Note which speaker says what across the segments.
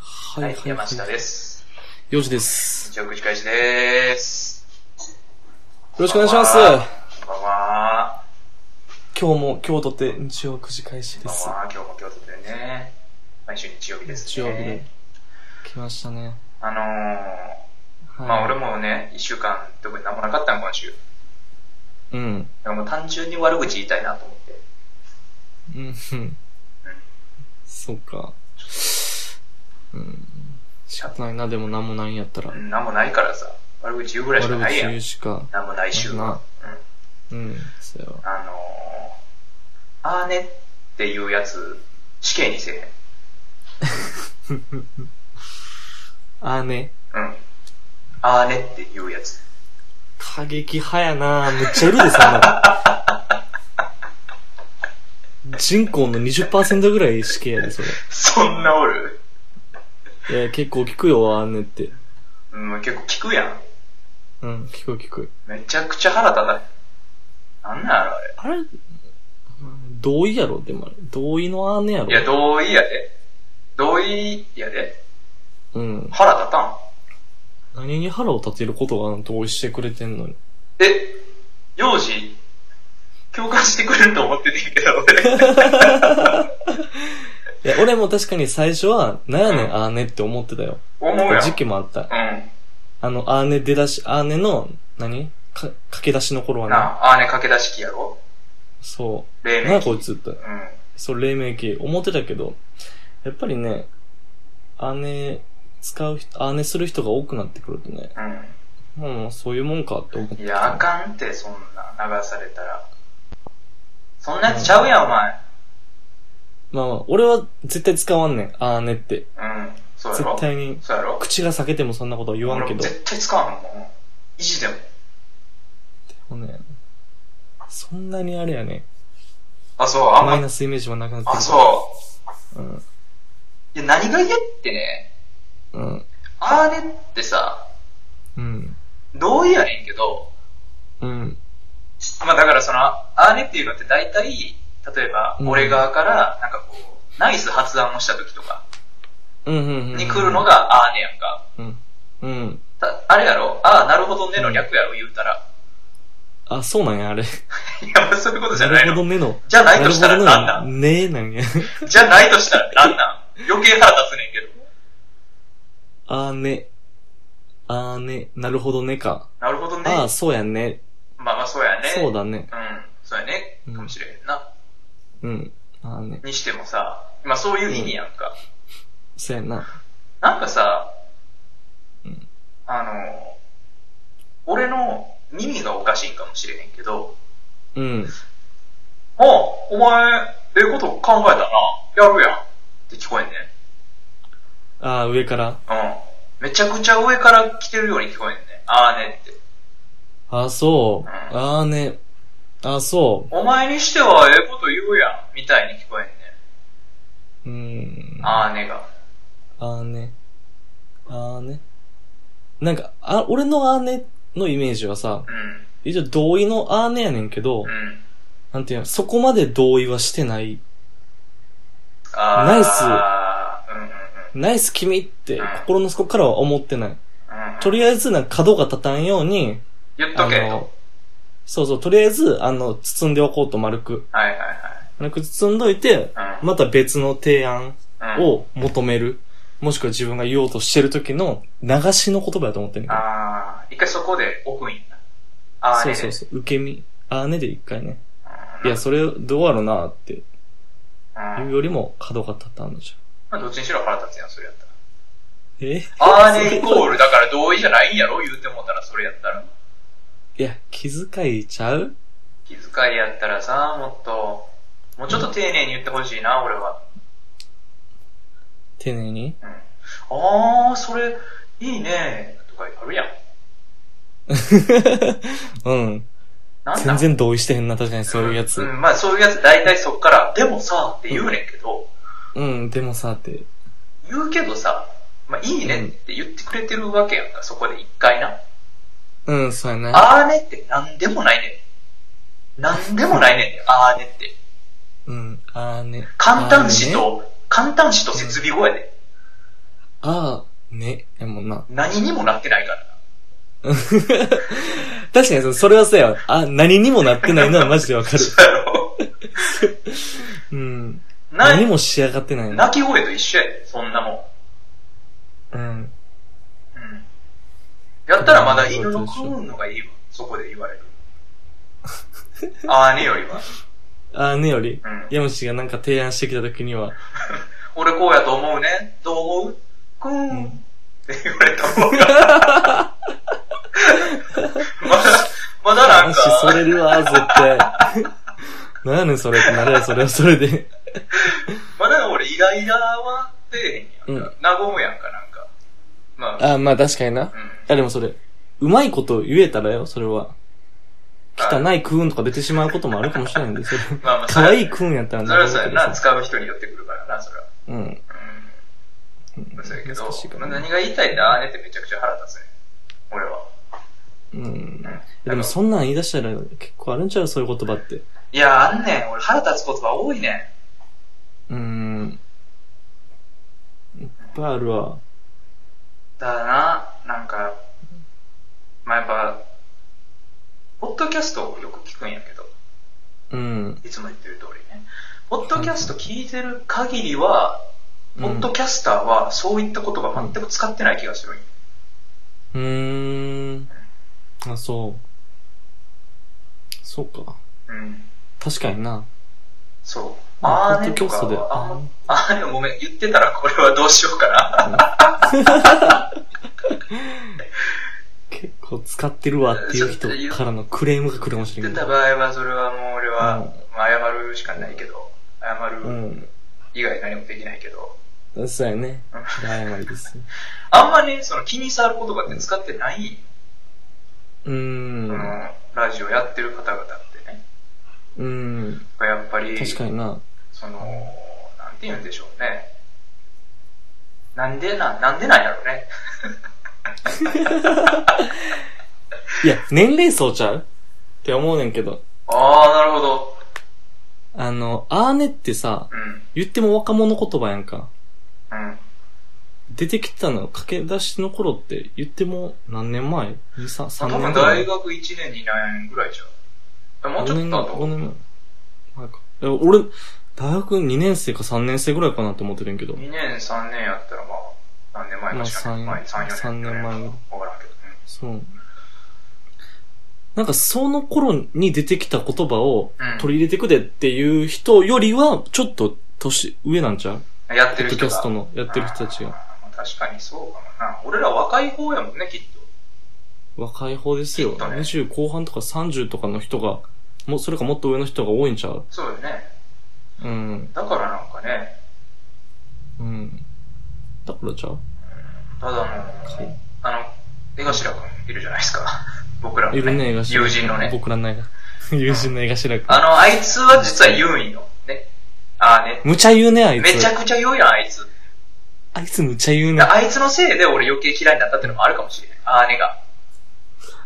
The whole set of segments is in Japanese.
Speaker 1: はいはい、
Speaker 2: 山下です。
Speaker 1: 4時です。
Speaker 2: 一応繰り返しです。
Speaker 1: よろしくお願いします。
Speaker 2: こんばんは。
Speaker 1: 今日も、今日とて日曜9時開始で
Speaker 2: こんばん
Speaker 1: す。
Speaker 2: は。今日も京都でね。毎週日曜日です、ね。
Speaker 1: 日曜日で。来ましたね。
Speaker 2: あの
Speaker 1: は
Speaker 2: ー、
Speaker 1: い。
Speaker 2: まあ俺もね、一週間特に何もなかったん、今週。だ
Speaker 1: うん。
Speaker 2: からもう単純に悪口言いたいなと思って。
Speaker 1: うん。うん。そうか。うん。仕方ないな、でも何もないんやったら
Speaker 2: う。ん、何もないからさ、悪口言うぐらいしか
Speaker 1: 悪
Speaker 2: ない
Speaker 1: 口
Speaker 2: や
Speaker 1: 言
Speaker 2: ん
Speaker 1: う。しか。
Speaker 2: 何もない週は。うん。
Speaker 1: うん。そうやわ。
Speaker 2: あのー、あーねっていうやつ、死刑にせえへん。
Speaker 1: あーね。
Speaker 2: うん。あーねっていうやつ。
Speaker 1: 過激派やなむっちゃいるで、そんなの。人口の20%ぐらい死刑やで、それ。
Speaker 2: そんなおる
Speaker 1: いや、結構聞くよ、あーねって。
Speaker 2: うん、結構聞くやん。
Speaker 1: うん、聞く聞く。
Speaker 2: めちゃくちゃ腹立たない。なんなんやろ、あれ。
Speaker 1: あれ、同意やろでもあれ。同意のあんねやろ
Speaker 2: いや、同意やで。同意やで。
Speaker 1: うん。
Speaker 2: 腹立たん。
Speaker 1: 何に腹を立てることがあんの同意してくれてんのに。
Speaker 2: え、幼児、共感してくれると思っててんけど、俺。
Speaker 1: いや、俺も確かに最初は、なんやね
Speaker 2: うん
Speaker 1: ん、あーねって思ってたよ。
Speaker 2: 思うやん。
Speaker 1: 時期もあった。
Speaker 2: う
Speaker 1: あの、あーね出だし、あーねの、何か、駆け出しの頃は
Speaker 2: ん。な
Speaker 1: ね。
Speaker 2: あ、あーね駆け出し期やろ
Speaker 1: そ
Speaker 2: 黎
Speaker 1: う。
Speaker 2: 明
Speaker 1: な、
Speaker 2: 期。う
Speaker 1: こ
Speaker 2: ん
Speaker 1: い。つって。そう、黎明期、思ってたけど、やっぱりね、あーね使う人、あーねする人が多くなってくるとね、もうそういうもんかって思ってき
Speaker 2: うん。
Speaker 1: た
Speaker 2: いや、あかんって、そんな、流されたら。そんなやつちゃうやん、お前。
Speaker 1: まあまあ、俺は絶対使わんねん。あーねって。
Speaker 2: うん。そうやろ
Speaker 1: 絶対に。
Speaker 2: そうやろ
Speaker 1: 口が裂けてもそんなことは言わん
Speaker 2: 俺
Speaker 1: け
Speaker 2: も
Speaker 1: ど。
Speaker 2: 絶対使わんもん。意地でも。
Speaker 1: もうね、そんなにあれやね。
Speaker 2: あ、そう、あん
Speaker 1: マイ
Speaker 2: ま
Speaker 1: ナスイメージはなくなって
Speaker 2: あ、そう。
Speaker 1: う。うん。
Speaker 2: いや、何が嫌ってね、
Speaker 1: うん。
Speaker 2: あれってさ、
Speaker 1: うん。
Speaker 2: 同意やねんけど、
Speaker 1: うん。
Speaker 2: まあだからその、あれっていうのって大体、例えば、
Speaker 1: うん
Speaker 2: 俺側から、なんかこう、ナイス発案をした時とか
Speaker 1: うん。うん。うん
Speaker 2: に来るの。があーねやんか。
Speaker 1: うん。うん。
Speaker 2: たあれやろああ、なるほどねの略やろ言うたら。
Speaker 1: あ、そうなんや、あれ。
Speaker 2: いや、もうそういうことじゃな
Speaker 1: ないるほど
Speaker 2: の。
Speaker 1: ねの。
Speaker 2: じゃないとしたらなん
Speaker 1: な
Speaker 2: な
Speaker 1: るほ
Speaker 2: ん
Speaker 1: どねのねえなんや。
Speaker 2: じゃないとしたらなんなん余計腹立つねんけど。
Speaker 1: あーね。あーね。なるほどねか。
Speaker 2: なるほどね。
Speaker 1: あー、そうやね。
Speaker 2: まあまあそうやね。
Speaker 1: そう。だね。
Speaker 2: うん。そうやね。かもしれへんな。
Speaker 1: うん。あーね。
Speaker 2: にしてもさ、まあそういう意味やんか。
Speaker 1: そうやな。
Speaker 2: なんかさ、
Speaker 1: うん
Speaker 2: あの、俺の耳がおかしいんかもしれへんけど、
Speaker 1: うん。
Speaker 2: あ、お前、ええこと考えたな、やるやんって聞こえんね
Speaker 1: あー、上から。
Speaker 2: ん。うん。めちゃくちゃ上から来てるように聞こえんねん。あーねって。
Speaker 1: あ、そう。
Speaker 2: うん
Speaker 1: あーね。あ、そ
Speaker 2: お前にしてはええこと言うやん、みたいに聞こえんね
Speaker 1: う。うーん。
Speaker 2: ん。あーねが。
Speaker 1: あーね。あーね。なんか、あ、俺のあーねのイメージはさ、
Speaker 2: うん。
Speaker 1: 一応同意のあーねやねんけど、
Speaker 2: うん。
Speaker 1: なんていうの、そこまで同意はしてない。
Speaker 2: あー
Speaker 1: ナイス
Speaker 2: うんうん
Speaker 1: ナイス君って
Speaker 2: うん
Speaker 1: 心の底からは思ってない。
Speaker 2: うん。うん
Speaker 1: とりあえず、なんか角が立たんように、
Speaker 2: 言っ
Speaker 1: あ
Speaker 2: とけと
Speaker 1: の。、そうそう、とりあえず、あの、包んでおこうと丸く。
Speaker 2: はいはい
Speaker 1: 丸く包んどいて、
Speaker 2: はい。うん。
Speaker 1: また別の提案
Speaker 2: うん、
Speaker 1: を求める。もしくは自分が言おうとしてる時の流しの言葉やと思ってる
Speaker 2: ああ、一回そこで置くんやな。ああ、
Speaker 1: そ
Speaker 2: ね
Speaker 1: うそう
Speaker 2: そ
Speaker 1: そう。受け身。あーねで一回ね。
Speaker 2: う
Speaker 1: いや、それ、どうやろなって
Speaker 2: ん
Speaker 1: いうよりも、角が立ったんでしょ。
Speaker 2: まあ、どっちにしろ腹立つやん、それやったら。
Speaker 1: え
Speaker 2: あーねイコール、だから同意じゃないんやろ言うてもうたら、それやったら。
Speaker 1: いや、気遣いちゃう
Speaker 2: 気遣いやったらさ、もっと、もうちょっと丁寧に言ってほしいな、俺は。
Speaker 1: 丁寧 に。
Speaker 2: うん。あー、それ、いいねとかあるやん。
Speaker 1: うん。
Speaker 2: なんだ
Speaker 1: 全然同意してへんな、確かにそういうやつ
Speaker 2: う。ん、まあそういうやつ大体そっから、でもさ、って言うねんけど、
Speaker 1: うん、でもさ、って。
Speaker 2: 言うけどさ、まあいいねって言ってくれてるわけやんか、そこで一回な。
Speaker 1: うん、そうやな。
Speaker 2: あーねってなんでもないねん。なんでもないねんって、あーねって。
Speaker 1: うん、あーね。
Speaker 2: 簡単詞
Speaker 1: あーね。
Speaker 2: と、簡単詞と設備語やで。
Speaker 1: ああ、ね、やもんな。
Speaker 2: 何にもなってないからな。
Speaker 1: 確かにそ、それはそうや。あ、何にもなってないのはマジで わかる。
Speaker 2: そうや ろ
Speaker 1: うん。
Speaker 2: な
Speaker 1: 何も仕上がってないな。
Speaker 2: 泣き声と一緒やで、そんなもん。
Speaker 1: うん。
Speaker 2: うん。やったらまだ犬の顔のがいいわ。そこで言われる。 あーねよりは。
Speaker 1: ああねより、
Speaker 2: うん。
Speaker 1: ヤムシがなんか提案してきた時には、
Speaker 2: 俺こうやと思うね。どう思うくーん。
Speaker 1: うん
Speaker 2: って言われた方が。 まだ、まだなん
Speaker 1: 話そ
Speaker 2: か、
Speaker 1: れるわ、絶対。 何やねん、それってなるやそれはそれ で。
Speaker 2: まだ俺イライラは出えへんやん。
Speaker 1: うん。
Speaker 2: 和むやんか、なんか。まあ、
Speaker 1: ああ、まあ確かにな。
Speaker 2: う
Speaker 1: あ、でもそれ、うまいこと言えたらよ、それは。汚
Speaker 2: ん。あ
Speaker 1: いクーンとか出てしまうこともあるかもしれないんで、それ。
Speaker 2: まあまあ、そ
Speaker 1: 可
Speaker 2: れは
Speaker 1: 愛いクーンやったら
Speaker 2: それはそうやな、
Speaker 1: さ
Speaker 2: 使う人によってくるからな、それは。
Speaker 1: うん。
Speaker 2: うん。そうやけど
Speaker 1: 難しい、から
Speaker 2: まあ、
Speaker 1: な
Speaker 2: 何が言いたいって、ああねってめちゃくちゃ腹立つね。俺は。
Speaker 1: うん
Speaker 2: う。ん。
Speaker 1: でもそんなん言い出したら結構あるんちゃうそういう言葉って。
Speaker 2: いや、あんねん。俺腹立つ言葉多いねん。
Speaker 1: うーん。いっぱいあるわ。
Speaker 2: だな、なんか、まあやっぱ、ポッドキャストをよく聞くんやけど、
Speaker 1: うん。
Speaker 2: いつも言ってる通りね。ポッドキャスト聞いてる限りは、ポッドキャスターはそういった言葉全く使ってない気がするんよ
Speaker 1: うーん。あ、そう。そうか。
Speaker 2: うん。
Speaker 1: 確かにな。
Speaker 2: そう。あーね
Speaker 1: ポ
Speaker 2: と
Speaker 1: ッドキャス
Speaker 2: か
Speaker 1: トで
Speaker 2: は、あんまあーね、ごめん、言ってたらこれはどうしようかな。
Speaker 1: 結構使ってるわっていう人からのクレームが来るかもしれ
Speaker 2: 言
Speaker 1: な
Speaker 2: っ
Speaker 1: い
Speaker 2: て。た場合は、それはもう俺は、
Speaker 1: うん
Speaker 2: まあ謝るしかないけど、謝
Speaker 1: う
Speaker 2: る
Speaker 1: ん。
Speaker 2: 以外何もできないけど、
Speaker 1: そうやね。
Speaker 2: うん
Speaker 1: 謝りですね。
Speaker 2: あんまね、その気に障る言葉って使ってないんよ
Speaker 1: うー
Speaker 2: そ
Speaker 1: ん。
Speaker 2: のラジオやってる方々ってね、
Speaker 1: うん。
Speaker 2: やっぱり、
Speaker 1: 確かにな。
Speaker 2: その、なんて言うんでしょうね。なんでな、なんでなんやろうね。
Speaker 1: いや、年齢層ちゃうって思うねんけど。
Speaker 2: ああ、なるほど。
Speaker 1: あの、あーねってさ、
Speaker 2: うん、
Speaker 1: 言っても若者言葉やんか。
Speaker 2: うん。
Speaker 1: 出てきたの、駆け出しの頃って言っても何年前 ?2、3、
Speaker 2: 多
Speaker 1: 3年
Speaker 2: 分
Speaker 1: ぐら
Speaker 2: 大
Speaker 1: い
Speaker 2: 学1年、2年ぐらいじゃん。もうち
Speaker 1: 5
Speaker 2: ょっ
Speaker 1: 年
Speaker 2: と
Speaker 1: 前、
Speaker 2: 後
Speaker 1: 5年前。前か。いや俺、大学2年生か3年生ぐらいかなって思ってるんやけど。
Speaker 2: 2年、3年やったらまあ、何年前かしらない。
Speaker 1: まあ
Speaker 2: 前3、4年。
Speaker 1: 三年前の
Speaker 2: わからんけど。
Speaker 1: そう。なんかその頃に出てきた言葉を
Speaker 2: うん
Speaker 1: 取り入れてくでっていう人よりは、ちょっと年上なんちゃう
Speaker 2: うん。やって
Speaker 1: ポッド
Speaker 2: る人
Speaker 1: キ
Speaker 2: が。
Speaker 1: ャストのやってる人たちが。
Speaker 2: あー確かにそうかもな。俺ら若い方やもんね、きっと。
Speaker 1: 若い方です
Speaker 2: き
Speaker 1: よ。
Speaker 2: っとね
Speaker 1: 20後半とか30とかの人が、もうそれかもっと上の人が多いんちゃう
Speaker 2: そうよね。
Speaker 1: うん。
Speaker 2: だからなんかね、
Speaker 1: うん。だからちゃう
Speaker 2: ただの、あの、江頭くんいるじゃないですか。 僕らの、
Speaker 1: いるね、映画
Speaker 2: 友人のね。
Speaker 1: 僕らの映画。友人の映画白くん。
Speaker 2: あの、あいつは実は優位の。ね。ああね。
Speaker 1: むちゃ言うね、あいつ。
Speaker 2: めちゃくちゃ言うやん、あいつ。
Speaker 1: あいつむちゃ言うね。
Speaker 2: あいつのせいで俺余計嫌いになったってのもあるかもしれない。ああねが。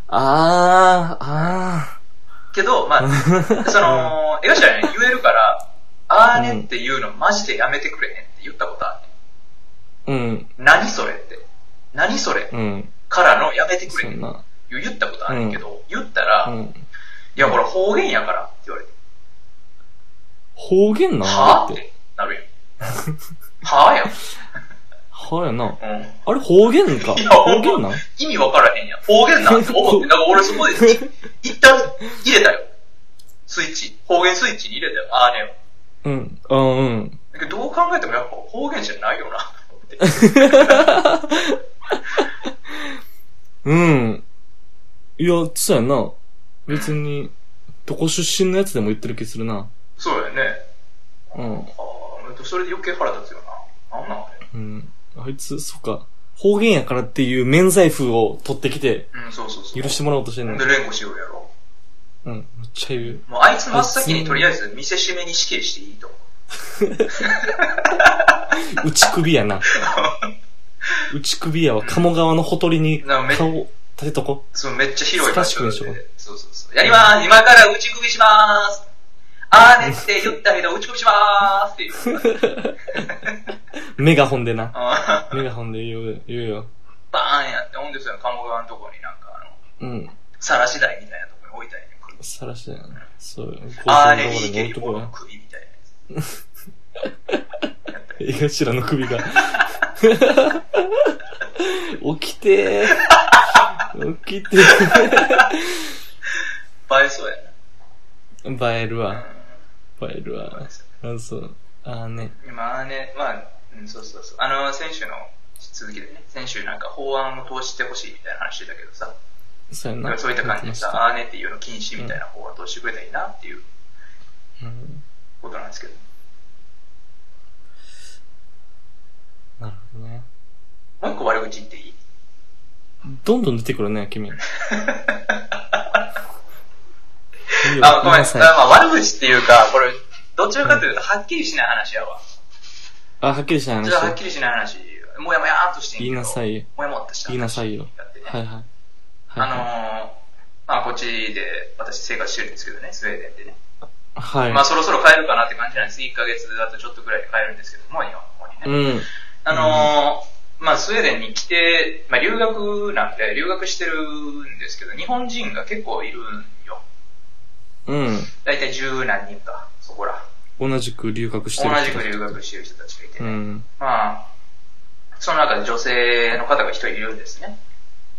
Speaker 1: あー、あ
Speaker 2: け ど、まあ、その、江頭に言えるから、ああねって言うのマジでやめてくれへんって言ったことある、
Speaker 1: ー。うん、
Speaker 2: 何それって。何それ
Speaker 1: うん。
Speaker 2: からのやめてく
Speaker 1: そ
Speaker 2: れへん
Speaker 1: んな。
Speaker 2: 言ったことあるけど、言ったら、
Speaker 1: う
Speaker 2: い
Speaker 1: ん。
Speaker 2: や、これ方言やからって言われて。
Speaker 1: 方言な
Speaker 2: は
Speaker 1: あ
Speaker 2: ぁっ
Speaker 1: れって。
Speaker 2: てなるやん。はぁやん。
Speaker 1: はやな。
Speaker 2: うん
Speaker 1: あれ方言か
Speaker 2: いや
Speaker 1: 方言なん
Speaker 2: 意味わからへんやん。方言なんて思って、だから俺そこでい、一旦入れたよ。スイッチ。方言スイッチに入れたよ。ああね
Speaker 1: うん。あーうん。
Speaker 2: だけどどう考えてもやっぱ方言じゃないよな。って
Speaker 1: うん。いや、そうやな。別に、どこ出身のやつでも言ってる気するな。
Speaker 2: そうだよね。
Speaker 1: うん。
Speaker 2: ああ、それで余計腹立つよな。なんなんあ
Speaker 1: うん。あいつ、そっか。方言やからっていう免罪符を取ってきて、
Speaker 2: れ。うん、そうそうそう。
Speaker 1: 許してもらおうとしてん
Speaker 2: ほ
Speaker 1: の
Speaker 2: ん
Speaker 1: に
Speaker 2: で、。連呼しようやろ。
Speaker 1: うん。めっちゃ言う。
Speaker 2: もうあいつ真っ先にとりあえず見せしめに死刑していいと。
Speaker 1: 打ち首や な。打ち首やわ。鴨川のほとりに
Speaker 2: なんかめ
Speaker 1: 顔立てとこ。
Speaker 2: そう、めっちゃ広い場所で。
Speaker 1: ス
Speaker 2: そ
Speaker 1: カッシュ
Speaker 2: う
Speaker 1: で
Speaker 2: そうそう。やりまーす今から打ち首しまー すあーねって言ったけど打ち首しまーすっていう。
Speaker 1: メガホンでな。
Speaker 2: バ
Speaker 1: メガホンで言う言うよ。
Speaker 2: ーンやって、ほんですよ、鴨川のとこになんか、あの、
Speaker 1: うん。
Speaker 2: さらし台みたいなとこに置いたりね。
Speaker 1: さらしてな。そうよ。
Speaker 2: あ
Speaker 1: 高
Speaker 2: れ、
Speaker 1: 校
Speaker 2: い
Speaker 1: 生
Speaker 2: い
Speaker 1: のところに置いと
Speaker 2: けど、
Speaker 1: こう
Speaker 2: の
Speaker 1: よ。
Speaker 2: 首みたいなやつ。や ったり
Speaker 1: 江頭の首が。起きてー。起きて
Speaker 2: 映えそうや
Speaker 1: ー。映える
Speaker 2: な。
Speaker 1: わ。
Speaker 2: う
Speaker 1: 映える
Speaker 2: ん映
Speaker 1: わ
Speaker 2: え。そ
Speaker 1: あ、そう。
Speaker 2: う
Speaker 1: あーね。
Speaker 2: まあね、まあ、うん、そうそうそう。あの、先週の続きでね、先週なんか法案を通してほしいみたいな話してたけどさ、
Speaker 1: そうや
Speaker 2: なん
Speaker 1: な。
Speaker 2: かそういった感じで
Speaker 1: やって
Speaker 2: さ、あーねっていうの禁止みたいな法案通してくれたらいいなっていう
Speaker 1: ましたうん
Speaker 2: ことなんですけど。
Speaker 1: なるほどね。
Speaker 2: もう一個悪口言っていい
Speaker 1: どんどん出てくるね、君。いいよ
Speaker 2: あ、ごめ
Speaker 1: 今
Speaker 2: ん、あ
Speaker 1: さえ
Speaker 2: まあ悪口っていうか、これ、どちらかというと、はっきりしない話やわ。
Speaker 1: あ、はっきりしない
Speaker 2: ちょっ
Speaker 1: 話
Speaker 2: と。はっきりしない話、もやもやーっとしてん
Speaker 1: 言い
Speaker 2: けど
Speaker 1: なさいよ。
Speaker 2: もやもっとした話。
Speaker 1: 言いなさいよ
Speaker 2: だってね
Speaker 1: はいはい。
Speaker 2: あ
Speaker 1: はい
Speaker 2: の
Speaker 1: はい
Speaker 2: ー、まあこっちで私生活してるんですけどね、スウェーデンでね。
Speaker 1: はい。
Speaker 2: まあそろそろ帰るかなって感じなんです。1ヶ月あとちょっとぐらいで帰るんですけども、日本にね。
Speaker 1: うん。
Speaker 2: あのーまあスウェーデンに来て、まあ留学なんで、留学してるんですけど、日本人が結構いるんよ。
Speaker 1: うん。
Speaker 2: だいたい十何人か、そこら。
Speaker 1: 同じく留学し
Speaker 2: 同
Speaker 1: てる人。
Speaker 2: じく留学してる人たちがいて、
Speaker 1: う
Speaker 2: ね
Speaker 1: ん。
Speaker 2: まあ、その中で女性の方が一人いるんですね。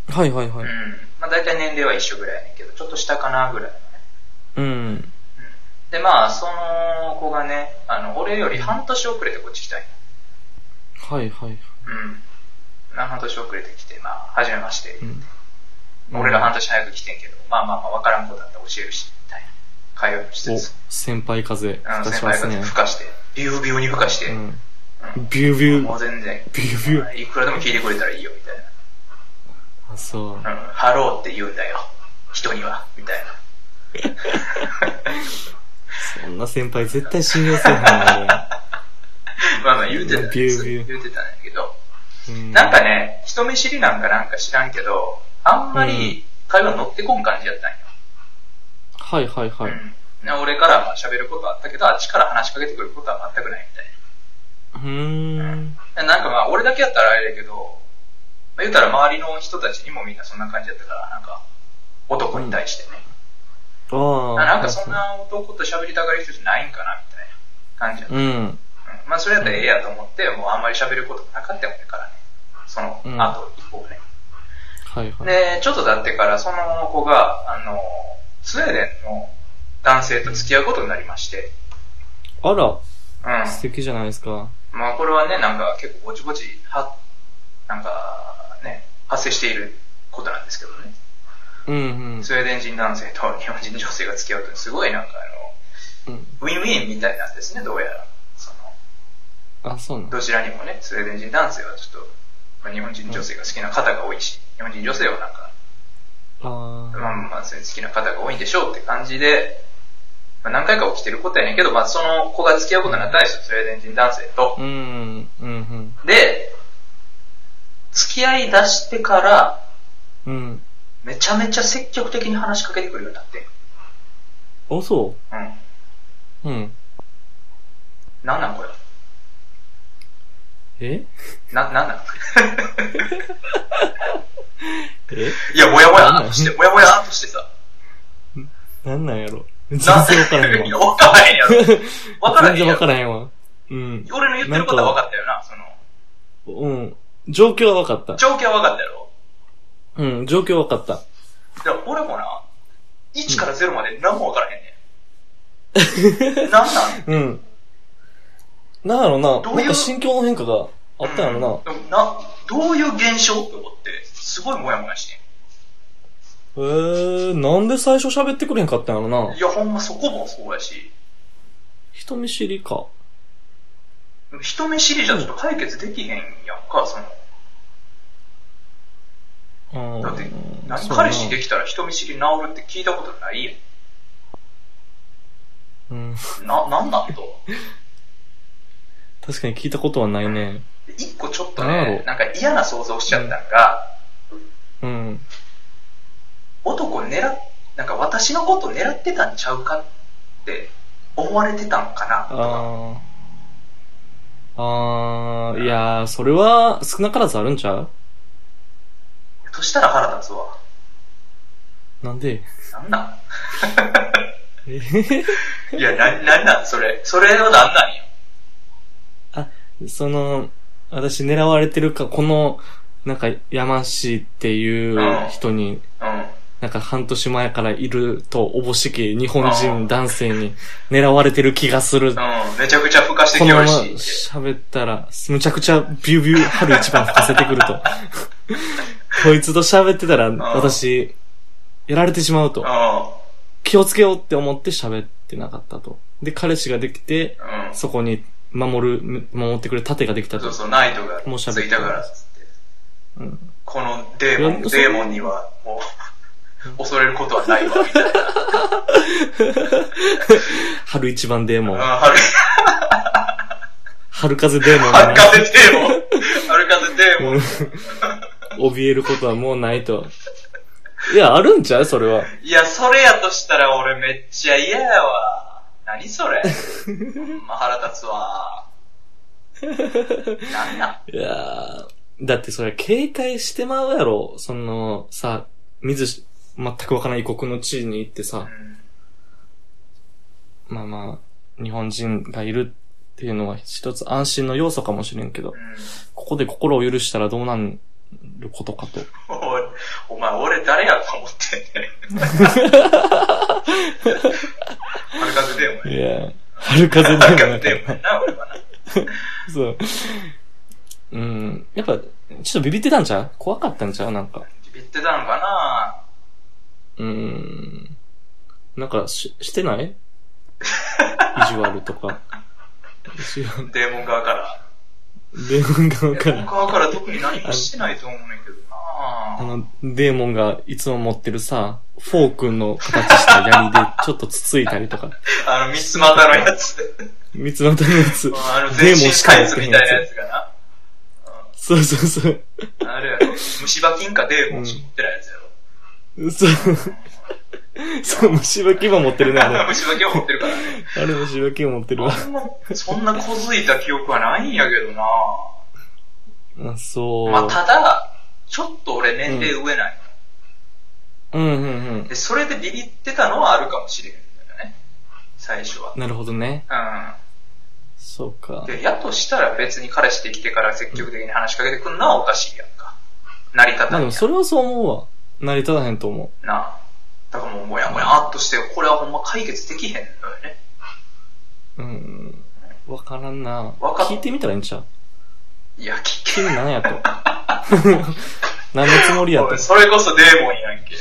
Speaker 1: はいはいは
Speaker 2: うん
Speaker 1: い。。
Speaker 2: まあ大体年齢は一緒ぐらいやねんけど、ちょっと下かなぐらいのね。
Speaker 1: うん。
Speaker 2: で、まあ、その子がね、あの、俺より半年遅れてこっち来たんよ
Speaker 1: はいはい。
Speaker 2: うん。まあ半年遅れてきて、まあ、初めまして。
Speaker 1: うん。
Speaker 2: 俺が半
Speaker 1: 対
Speaker 2: 年早く来てんけど、まあまあまあ、わからんことだったら教えるし、みたいな。会話もして
Speaker 1: お
Speaker 2: つ、
Speaker 1: 先輩風。吹
Speaker 2: うん、
Speaker 1: か
Speaker 2: 先
Speaker 1: しま
Speaker 2: 輩
Speaker 1: す
Speaker 2: が
Speaker 1: ね。
Speaker 2: ふかして、ビュービューにふかして、
Speaker 1: う
Speaker 2: うん。
Speaker 1: ん。ビュービュ
Speaker 2: もう
Speaker 1: ー。
Speaker 2: 全然、
Speaker 1: ビュービュー。
Speaker 2: いくらでも聞いてくれたらいいよ、みたい
Speaker 1: あ、そう。
Speaker 2: な。うん、ハローって言うんだよ。人には、みたいな。
Speaker 1: そんな先輩絶対信用せえへんわ
Speaker 2: まあまあ言うてた
Speaker 1: ビ
Speaker 2: んで
Speaker 1: ュ
Speaker 2: す
Speaker 1: ービュー
Speaker 2: 言うてたんだけど、
Speaker 1: 俺うん。
Speaker 2: なんかね、人見知りなんかなんか知らんけど、あんまり会話に乗ってこん感じやったんよ。
Speaker 1: はいはいはい。
Speaker 2: うん、で俺からまあ喋ることはあったけど、あっちから話しかけてくることは全くないみたいう
Speaker 1: ーん。
Speaker 2: な。でなんかまあ、俺だけやったらあれだけど、まあ、言うたら周りの人たちにもみんなそんな感じだったから、なんか、男に対してね。
Speaker 1: ああ。
Speaker 2: あなんかそん。な男と喋りたがる人じゃないんかな、みたいな感じだった。
Speaker 1: うん。
Speaker 2: うんまあ、それやったらええやと思って、もうあんまり喋ることもなかったよね、からね。その
Speaker 1: うん
Speaker 2: 後以降ね。
Speaker 1: はいはい。
Speaker 2: で、ちょっと経ってから、その子が、あの、スウェーデンの男性と付き合うことになりまして、
Speaker 1: あら、
Speaker 2: うん。
Speaker 1: 素敵じゃないですか。
Speaker 2: まあこれはね、なんか結構ぼちぼち、は、なんかね、発生していることなんですけどね。
Speaker 1: うん
Speaker 2: スウェーデン人男性と日本人女性が付き合うとすごいなんか
Speaker 1: うん。うん。
Speaker 2: あの、ウィンウィンみたいなんですね、どうやら。その、
Speaker 1: あ、そうなん
Speaker 2: どちらにもね、スウェーデン人男性はちょっと、まあ、日本人女性が好きな方が多いし、日本人女性はなんか、
Speaker 1: あ
Speaker 2: まあまあまあ、そういう好きな方が多いんでしょうって感じで、まあ、何回か起きてることやねんけど、まあその子が付き合うことになったんですよ、スウェーデン人男性と。
Speaker 1: あ。うん。うんうん。
Speaker 2: で、付き合い出してから、
Speaker 1: うん。
Speaker 2: めちゃめちゃ積極的に話しかけてくるようになって。
Speaker 1: あ、そ
Speaker 2: うん。
Speaker 1: う。うん。
Speaker 2: なんなんこれ。
Speaker 1: え
Speaker 2: な、なんなん
Speaker 1: え
Speaker 2: いや、もやもやーっとして、もやもやーっとしてさ。
Speaker 1: なんなんやろ全然
Speaker 2: な
Speaker 1: わからへ
Speaker 2: い
Speaker 1: ん
Speaker 2: や
Speaker 1: わ。
Speaker 2: わからへんや ろ。わからへ
Speaker 1: 全
Speaker 2: んや
Speaker 1: 然わ
Speaker 2: ろ。
Speaker 1: からへんわ。うん。
Speaker 2: 俺の言ってることは分かったよな、その。
Speaker 1: うん。状況はわかった。
Speaker 2: 状況は分かったやろ。
Speaker 1: うん、状況はわかった。
Speaker 2: で俺もな、1から0まで何も分からへん ねん。なんなん
Speaker 1: うん。なんやろな、
Speaker 2: どういう
Speaker 1: なんか心境の変化があったんやろ
Speaker 2: うんな、どういう現象って思って、すごいもやもやしてん。。
Speaker 1: な。へえー、なんで最初喋ってくれへんかったんやろない
Speaker 2: や、ほんまそこもそうやし、
Speaker 1: 人見知りか。
Speaker 2: 人見知りじゃちょっと解決できへんやんか、その。
Speaker 1: うん。
Speaker 2: だって何
Speaker 1: そうやな
Speaker 2: 彼氏できたら人見知り治るって聞いたことないや
Speaker 1: うん。
Speaker 2: ん。な、なんなんと。
Speaker 1: 確かに聞いたことはないね。
Speaker 2: で一個ちょっと
Speaker 1: なんや
Speaker 2: ね
Speaker 1: ろ、
Speaker 2: なんか嫌な想像しちゃったんが、
Speaker 1: うん。
Speaker 2: 男狙っ、なんか私のこと狙ってたんちゃうかって思われてたんかな、とか。
Speaker 1: ああ。あー、いやー、それは少なからずあるんちゃう
Speaker 2: としたら腹立つわ。
Speaker 1: なんで
Speaker 2: なんな
Speaker 1: えへへ
Speaker 2: んいや、な、なんなんそれ。それはなんなんよ。
Speaker 1: その、私狙われてるか、この、なんか、山氏っていう人に、
Speaker 2: うん。
Speaker 1: なんか半年前からいると、おぼしき日本人男性に狙われてる気がする。
Speaker 2: うん。めちゃくちゃ孵化して
Speaker 1: こ
Speaker 2: き
Speaker 1: のま
Speaker 2: よ
Speaker 1: ま
Speaker 2: るし。
Speaker 1: 喋ったら、むちゃくちゃビュービュー春一番吹かせてくる と。こいつと喋ってたら、私、やられてしまうと
Speaker 2: うん。。
Speaker 1: 気をつけようって思って喋ってなかったと。で、彼氏ができて、
Speaker 2: うん。
Speaker 1: そこに守る、守ってくれる盾ができた
Speaker 2: そう
Speaker 1: と。
Speaker 2: そう、ナイトが
Speaker 1: もう
Speaker 2: つ
Speaker 1: 喋って
Speaker 2: いたからっつって。
Speaker 1: うん
Speaker 2: このデーモン、
Speaker 1: い
Speaker 2: デ
Speaker 1: やそ
Speaker 2: ーモンにはもう、恐れることはないわ、みたいな。
Speaker 1: 春一番デーモ
Speaker 2: う
Speaker 1: ン
Speaker 2: ん、。はる、
Speaker 1: 春風デーモン
Speaker 2: は
Speaker 1: だ
Speaker 2: る
Speaker 1: な。
Speaker 2: かぜデーモン。はるかぜデーモン。
Speaker 1: うん怯えることはもうないと。いや、あるんちゃうそれは。
Speaker 2: いや、それやとしたら俺めっちゃ嫌やわ。何それ。ほんま腹立つわ。なんなん
Speaker 1: いやーだってそれ警戒してまうやろ。その、さ、見ずし、全くわからない異国の地に行ってさ、まあまあ、日本人がいるっていうのは一つ安心の要素かもしれんけど
Speaker 2: う、ん。うん
Speaker 1: ここで心を許したらどうなることかと。
Speaker 2: おお前、俺誰やと思ってんねん。はるかぜデーモン
Speaker 1: いや春風
Speaker 2: や。はる
Speaker 1: デーモ
Speaker 2: か
Speaker 1: ンだ
Speaker 2: ぜデー
Speaker 1: か
Speaker 2: モンやな、俺はな。
Speaker 1: ら。そう。うん。やっぱ、ちょっとビビってたんちゃう怖かったんちゃうなんか。
Speaker 2: ビビってたのか
Speaker 1: う
Speaker 2: な
Speaker 1: ーん。なんか、し、してない意地悪とか。 意地悪。
Speaker 2: デーモン側から。
Speaker 1: デーモン側
Speaker 2: デ
Speaker 1: か
Speaker 2: ーモン
Speaker 1: ら。
Speaker 2: 側から特に何もしてないと思うねんけどな
Speaker 1: あの、デーモンがいつも持ってるさ、フォークの形した槍でちょっとつついたりとか。
Speaker 2: あの、三つ股のやつ。
Speaker 1: 三つ股のやつ。
Speaker 2: あの、全身タイツみたいなや
Speaker 1: つ。
Speaker 2: つが
Speaker 1: そうそうそう。
Speaker 2: な。あれやろ。虫歯菌かデーモンしか持ってないやつやろ。
Speaker 1: そう。そう、虫歯牙持ってるね、あれ。
Speaker 2: 虫歯菌を持ってるからね。
Speaker 1: あれ虫歯牙持ってるわ。
Speaker 2: あんま、そんなこづいた記憶はないんやけどな
Speaker 1: あそう。
Speaker 2: まあ、ただ、ちょっと俺年齢上ない。
Speaker 1: うんうんうん。
Speaker 2: で、それでビビってたのはあるかもしれへんんだよね。最初は。
Speaker 1: なるほどね。
Speaker 2: うん。
Speaker 1: そうか。
Speaker 2: で、やとしたら別に彼氏できてから積極的に話しかけてくんのはおかしいやんか。成り立
Speaker 1: ま
Speaker 2: た
Speaker 1: あ
Speaker 2: ん
Speaker 1: でも
Speaker 2: やん
Speaker 1: それはそう思うわ。成り立たへんと思う。
Speaker 2: なあ。だからもうもやもやっとして、これはほんま解決できへんのよね。
Speaker 1: うん。わからんな。
Speaker 2: わかっ
Speaker 1: 聞いてみたらいいんちゃう
Speaker 2: いや、聞け
Speaker 1: 君何やと。 何のつもりやと
Speaker 2: おい。それこそデーモンやんけ。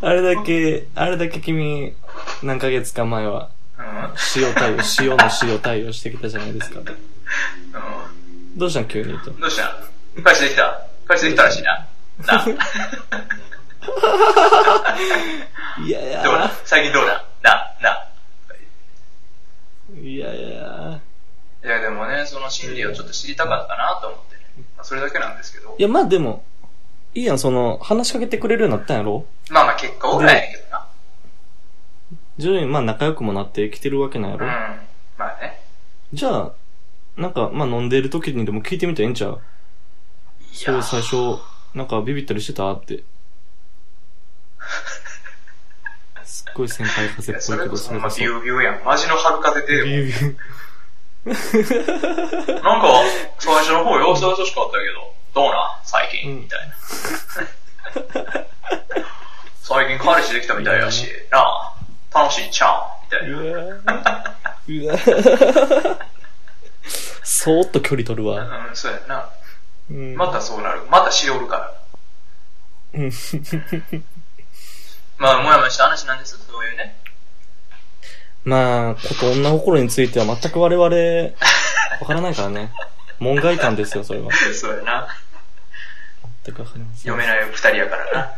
Speaker 1: あれだけ、あれだけ君、何ヶ月か前は、
Speaker 2: う
Speaker 1: 塩 対応、塩の塩対応してきたじゃないですか。
Speaker 2: ん。
Speaker 1: どうしたん急にと
Speaker 2: う。ん。どうした彼氏できた彼氏できたらしいな。なあ。で
Speaker 1: いやい
Speaker 2: もな
Speaker 1: や、
Speaker 2: 最近どうだなあ、なあ。
Speaker 1: いやいや。
Speaker 2: いや、でもね、その心理をちょっと知りたかったなと思ってね。まあ、それだけなんですけど
Speaker 1: い。や、まあでも、いいやん、その、話しかけてくれるようになったんやろ
Speaker 2: まあまあ、結果オーライやけどな。
Speaker 1: 徐々にまあ仲良くもなってきてるわけなんや
Speaker 2: うん
Speaker 1: ろ、。
Speaker 2: まあね。
Speaker 1: じゃあ、なんか、まあ飲んでる時にでも聞いてみたらいいんちゃう
Speaker 2: い
Speaker 1: そ
Speaker 2: や
Speaker 1: う、、最初、なんかビビったりしてた って。すっごい先輩
Speaker 2: い
Speaker 1: 風っ
Speaker 2: や
Speaker 1: ぽ
Speaker 2: そ
Speaker 1: い
Speaker 2: れ
Speaker 1: け
Speaker 2: こ
Speaker 1: ど、
Speaker 2: そ
Speaker 1: そ
Speaker 2: ほ
Speaker 1: れ
Speaker 2: んま
Speaker 1: こ
Speaker 2: ビ
Speaker 1: そ。
Speaker 2: ュービューやん。マジの春風デーモン。
Speaker 1: ビビ
Speaker 2: なんか、最初の方様子は優しかったけど、どうなん最近、
Speaker 1: うん
Speaker 2: みたいな。最近彼氏できたみたいやし、なあ、楽しいんちゃうんみたいな。
Speaker 1: うわそーっと距離取るわ。
Speaker 2: うん、そうやんな。
Speaker 1: うん
Speaker 2: またそうなる。またしおるか
Speaker 1: う
Speaker 2: ら。
Speaker 1: ん
Speaker 2: まあ、もやもやした話なんですよ、そういうね。
Speaker 1: まあ、こと女心については全 く我々、わからないからね。門外漢ですよ、それは。
Speaker 2: そうやな。
Speaker 1: 全くわかりません。
Speaker 2: 読めない二人 やからな。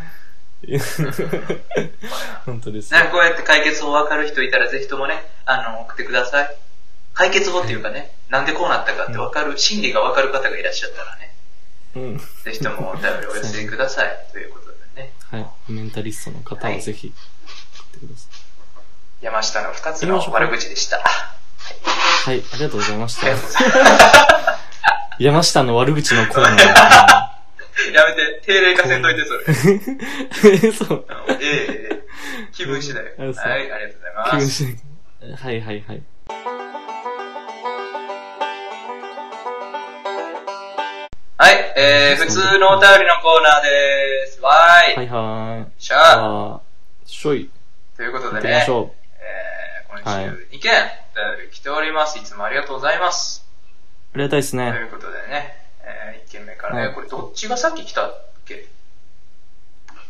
Speaker 1: 本当ですよ。
Speaker 2: なんかこうやって解決法わかる人いたら、ぜひともね、あの、送ってください。解決法っていうかね、なんでこうなったかってわかる、心理がわかる方がいらっしゃったらね。
Speaker 1: うん。
Speaker 2: ぜひともお便りお寄せください。ということでね、
Speaker 1: はい。メンタリストの方はぜひ、送ってください。
Speaker 2: 山下の二つの悪口でした。はい
Speaker 1: はい、ありがとうございました。 山下の悪口のコーナー。
Speaker 2: やめて、定例化せんといて、それ。
Speaker 1: そう。
Speaker 2: あのええええ気分次第。はい、あ
Speaker 1: うん
Speaker 2: り
Speaker 1: そう
Speaker 2: がとうございます。
Speaker 1: 気分しないはいはいはい。
Speaker 2: はい、えー、普通のお便りのコーナーでーす。わーい。
Speaker 1: はいはーい。
Speaker 2: しゃあ。
Speaker 1: あー、しょい。
Speaker 2: ということ
Speaker 1: 行
Speaker 2: で
Speaker 1: きま
Speaker 2: ね
Speaker 1: し、ょ
Speaker 2: えー、今
Speaker 1: はい
Speaker 2: 週2件、お便り来ております。いつもありがとうございます。
Speaker 1: う。ありがたいです
Speaker 2: と
Speaker 1: ね。
Speaker 2: いうことでね、えー、1件目からね、
Speaker 1: はい
Speaker 2: これどっちがさっき来たっけ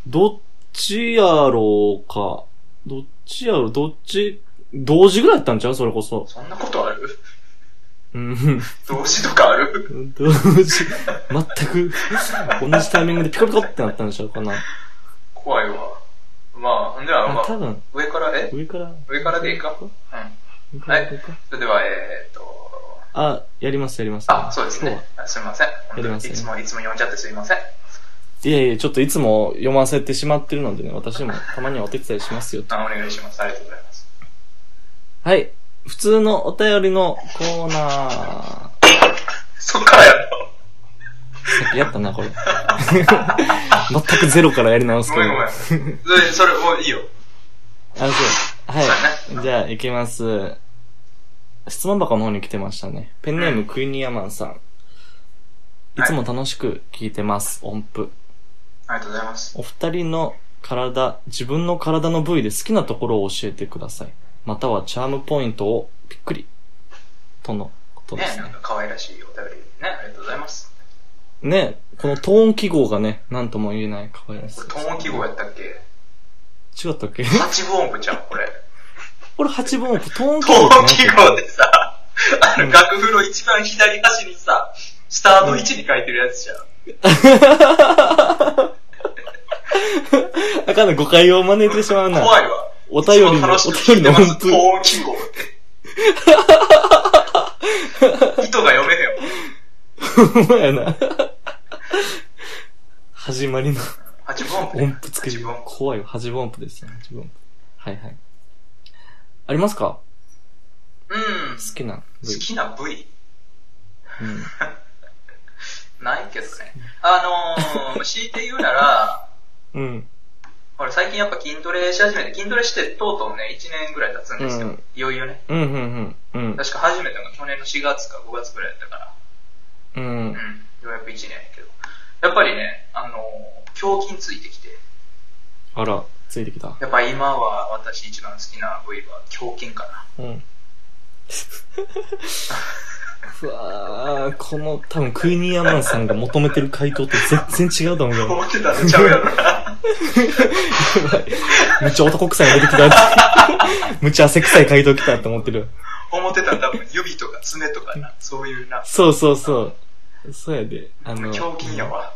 Speaker 1: どっちやろうか。どっちやろう、どっち、同時ぐらいやったんちゃうそれこそ。
Speaker 2: そんなことある
Speaker 1: うん。
Speaker 2: 動詞とかある
Speaker 1: 同時、全く、同じタイミングでピコピコってなったんでしょうかな。
Speaker 2: 怖いわ。まあ、ほんでは、ま
Speaker 1: あ、多
Speaker 2: あ、
Speaker 1: 分、
Speaker 2: 上から、え
Speaker 1: 上から。
Speaker 2: 上からでいいかうん。
Speaker 1: 上からでいいか
Speaker 2: それでは、えーっと、
Speaker 1: あ、やりますやります。
Speaker 2: あ、そうですね。あすみません。
Speaker 1: りますね
Speaker 2: いつも、いつも呼んじゃってすみません。
Speaker 1: いやいや、ちょっといつも読ませてしまってるのでね、私もたまにはお手伝いしますよと。
Speaker 2: あお願いします。ありがとうございます。
Speaker 1: はい。普通のお便りのコーナ
Speaker 2: そっからやるの
Speaker 1: ー。やったな、これ。 全くゼロからやり直す
Speaker 2: ご
Speaker 1: けど。
Speaker 2: めんごめん。それ、それもういいよ。
Speaker 1: あ、そう。は
Speaker 2: そう
Speaker 1: い。
Speaker 2: や
Speaker 1: じゃあ、行きます。質問箱の方に来てましたね。ペンネーム、クイニーアマンさん。い
Speaker 2: はい
Speaker 1: つも楽しく聞いてます。音符。
Speaker 2: ありがとうございます。
Speaker 1: お二人の体、自分の体の部位で好きなところを教えてください。またはチャームポイントをびっくり。とのことで
Speaker 2: ね、
Speaker 1: す
Speaker 2: なん
Speaker 1: ね。
Speaker 2: か可愛らしいお便りね、ありがとうございます。
Speaker 1: ね、このトーン記号がね、なんとも言えない可愛らしい
Speaker 2: これ、トーン記号やったっけ
Speaker 1: 違ったっけ
Speaker 2: 八分音符ちゃん、これ。
Speaker 1: これ8分音符、 トーン記
Speaker 2: ト
Speaker 1: 号
Speaker 2: ーン
Speaker 1: っ
Speaker 2: 記
Speaker 1: て
Speaker 2: 号でさ、あ
Speaker 1: う
Speaker 2: の、
Speaker 1: ん
Speaker 2: 楽譜の一番左端にさ、スタート位置に書いてるやつじゃん。
Speaker 1: なんあかんない、誤解を招いてしまうな。
Speaker 2: 怖いわ。
Speaker 1: お便りの
Speaker 2: いつも楽しく聞いてます
Speaker 1: お便り
Speaker 2: ト
Speaker 1: の
Speaker 2: ーン 記号って。意図が読めへんわ。
Speaker 1: ほんまやな。始まりの
Speaker 2: 八分音符。
Speaker 1: 音符つけ
Speaker 2: 八
Speaker 1: る
Speaker 2: 分音。符
Speaker 1: 怖いよ、8分音符ですね、8分音符。はいはい。ありますか
Speaker 2: うん。
Speaker 1: 好きな部
Speaker 2: 好
Speaker 1: 位。
Speaker 2: きな部位
Speaker 1: うん
Speaker 2: ないけどね。あのー、 強いて言うなら、
Speaker 1: うん。
Speaker 2: ほら最近やっぱ筋トレし始めて、筋トレしてとうとうね、1年ぐらい経つんですよ。
Speaker 1: うん
Speaker 2: いよいよね。
Speaker 1: うん、うん、うん。うん。
Speaker 2: 確か始めたのが去年の4月か5月ぐらいだったから。
Speaker 1: うん
Speaker 2: うん。。ようやく1年やけど。やっぱりね、あのー、胸筋ついてきて。
Speaker 1: あら、ついてきた。
Speaker 2: やっぱ今は私一番好きな部位は胸筋か な。
Speaker 1: うん。ふわー、この、多分クイニーアマンさんが求めてる回答と全然違うと思うけど。
Speaker 2: 思ってたんちゃうやろな。
Speaker 1: めっちゃ男臭いの出てきたって。めっちゃ汗臭い回答来たって思ってる。
Speaker 2: 思ってたん多分指とか爪とかな。そういうな。
Speaker 1: そうそうそう。そうやで。あの
Speaker 2: 胸、筋やわ。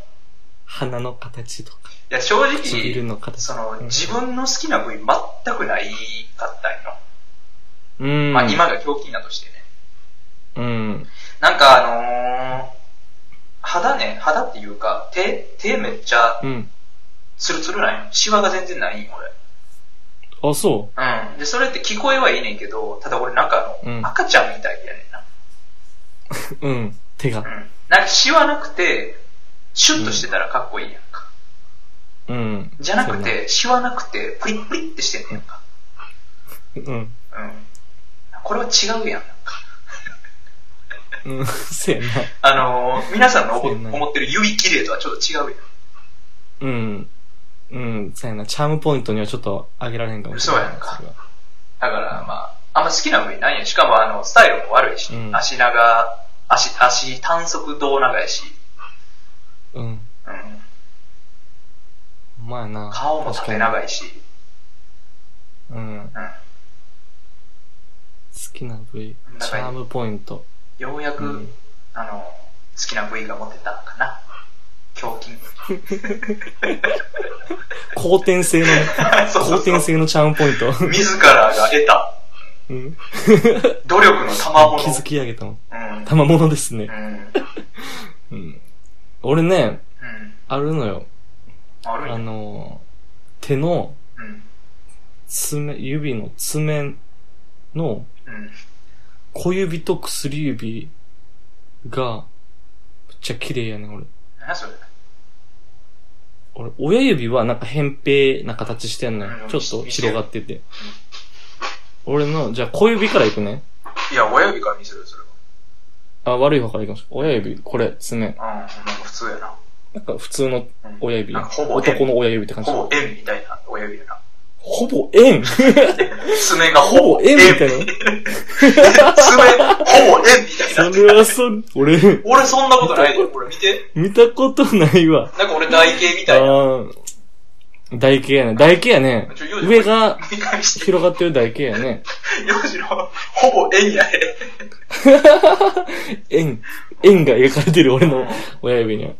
Speaker 1: 鼻の形とか、
Speaker 2: いや、正
Speaker 1: 唇
Speaker 2: 直、
Speaker 1: の形。
Speaker 2: その、
Speaker 1: うん
Speaker 2: 自分の好きな部位全くないかったんよ。
Speaker 1: うん。
Speaker 2: まあ、今が胸筋だとしてね。
Speaker 1: うん。
Speaker 2: なんかあのー、肌ね、肌っていうか、手、手めっちゃ
Speaker 1: うん。
Speaker 2: ツルツルなんよ。シワが全然ないんよ、
Speaker 1: あ、そ
Speaker 2: 俺。うん。で、それって聞こえはいいねんけど、ただ俺なんかあの、
Speaker 1: うん
Speaker 2: 赤ちゃんみたいやね
Speaker 1: う。う
Speaker 2: んな。
Speaker 1: ん。手が。
Speaker 2: うん。なんかシワなくて、シュッとしてたらかっこいいやんか。
Speaker 1: うん。
Speaker 2: じゃなくて、シワなくて、プリップリってしてんねんか。
Speaker 1: そうやな。うん。
Speaker 2: うん。これは違うやん、なんか。
Speaker 1: うん。そうやな。
Speaker 2: あのー、皆さんの思
Speaker 1: そうね
Speaker 2: 思ってる指綺麗とはちょっと違うや
Speaker 1: う
Speaker 2: ん。
Speaker 1: ん。うん。そうやな。チャームポイントにはちょっと上げられへんかもしれない。
Speaker 2: そうやんか
Speaker 1: れは。
Speaker 2: だから、まあ、あんま好きな部位ないんや。しかも、あの、スタイルも悪いし、
Speaker 1: うん
Speaker 2: 足長、足、足短足胴長やし、
Speaker 1: うん。
Speaker 2: うん、
Speaker 1: ほんまあな。
Speaker 2: 顔も縦長いし、
Speaker 1: 確かに。うん。好
Speaker 2: うん、
Speaker 1: きな部位
Speaker 2: 長。い
Speaker 1: チャームポイント。
Speaker 2: ようやく、
Speaker 1: うん
Speaker 2: あの、好きな部位が持てたかな。胸 筋。
Speaker 1: 後天性 の、
Speaker 2: そうそう
Speaker 1: 後
Speaker 2: そう
Speaker 1: 天性のチャームポイント。
Speaker 2: 自らが得た
Speaker 1: うん。
Speaker 2: 努力の賜物。
Speaker 1: 築き上げたもん。
Speaker 2: うん。
Speaker 1: 賜物です
Speaker 2: う
Speaker 1: ね。
Speaker 2: ん。
Speaker 1: うん。俺ね、
Speaker 2: うん。
Speaker 1: あるのよ。
Speaker 2: ある
Speaker 1: あ
Speaker 2: んや。
Speaker 1: の、手の
Speaker 2: うん。
Speaker 1: 爪、指の爪の、
Speaker 2: うん。
Speaker 1: 小指と薬指が、めっちゃ綺麗やねん、俺。
Speaker 2: 何やそれ。
Speaker 1: 俺、親指はなんか扁平な形してんのよ
Speaker 2: う。ん
Speaker 1: ちょっと広がってて。俺の、じゃあ小指からいくね。
Speaker 2: いや、親指から見せるよ、それ
Speaker 1: あ、悪い方からいきましょう。親指、これ、爪。
Speaker 2: は。うん、なんか普通やな。
Speaker 1: なんか普通の
Speaker 2: うん
Speaker 1: 親指
Speaker 2: なんか。ほぼ円
Speaker 1: 男の親指って感じ。
Speaker 2: ほぼ円みたいな親指やな。
Speaker 1: ほぼ円
Speaker 2: 爪が
Speaker 1: ほぼ円みたいな。
Speaker 2: な。爪、 ほぼ円みたい
Speaker 1: そ
Speaker 2: になってる。
Speaker 1: れはそ、俺、
Speaker 2: 俺そんなことないで、これ見て。
Speaker 1: 見たことないわ。
Speaker 2: なんか俺台形み
Speaker 1: あ
Speaker 2: たいな。
Speaker 1: ー台形やね。台形やね
Speaker 2: ちょ用。意
Speaker 1: 上が
Speaker 2: 見返して。
Speaker 1: 広がってる台形やね。
Speaker 2: 洋次郎、ほぼ円やで。
Speaker 1: 円、円が描かれてる俺の親指には。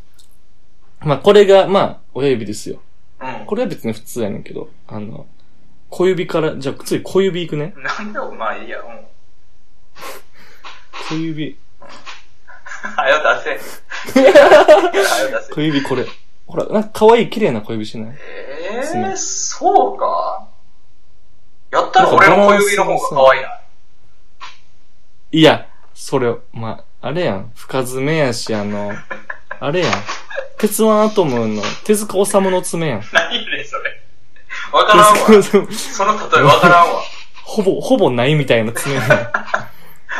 Speaker 1: まあ、これが、まあ、親指ですよ。
Speaker 2: うん。
Speaker 1: これは別に普通やねんけど、あの、小指から、じゃあ次小指いくね。
Speaker 2: なんだよ、まあいいや、うん。
Speaker 1: 小指、
Speaker 2: はよ出せ。はよ出せ。
Speaker 1: 小指これ。ほら、なんか可愛い綺麗な小指しない
Speaker 2: え
Speaker 1: 爪
Speaker 2: ー、そうか。やったら俺の小指の方が可愛いな。
Speaker 1: いや、それ、まあ、あれやん。深爪やし、あの、あれやん。鉄腕アトムの手塚治虫の爪やん。
Speaker 2: 何やねん、それ。わからんわ。
Speaker 1: 手塚治虫
Speaker 2: その例えわからんわ。
Speaker 1: ほぼ、ほぼないみたいな爪やん。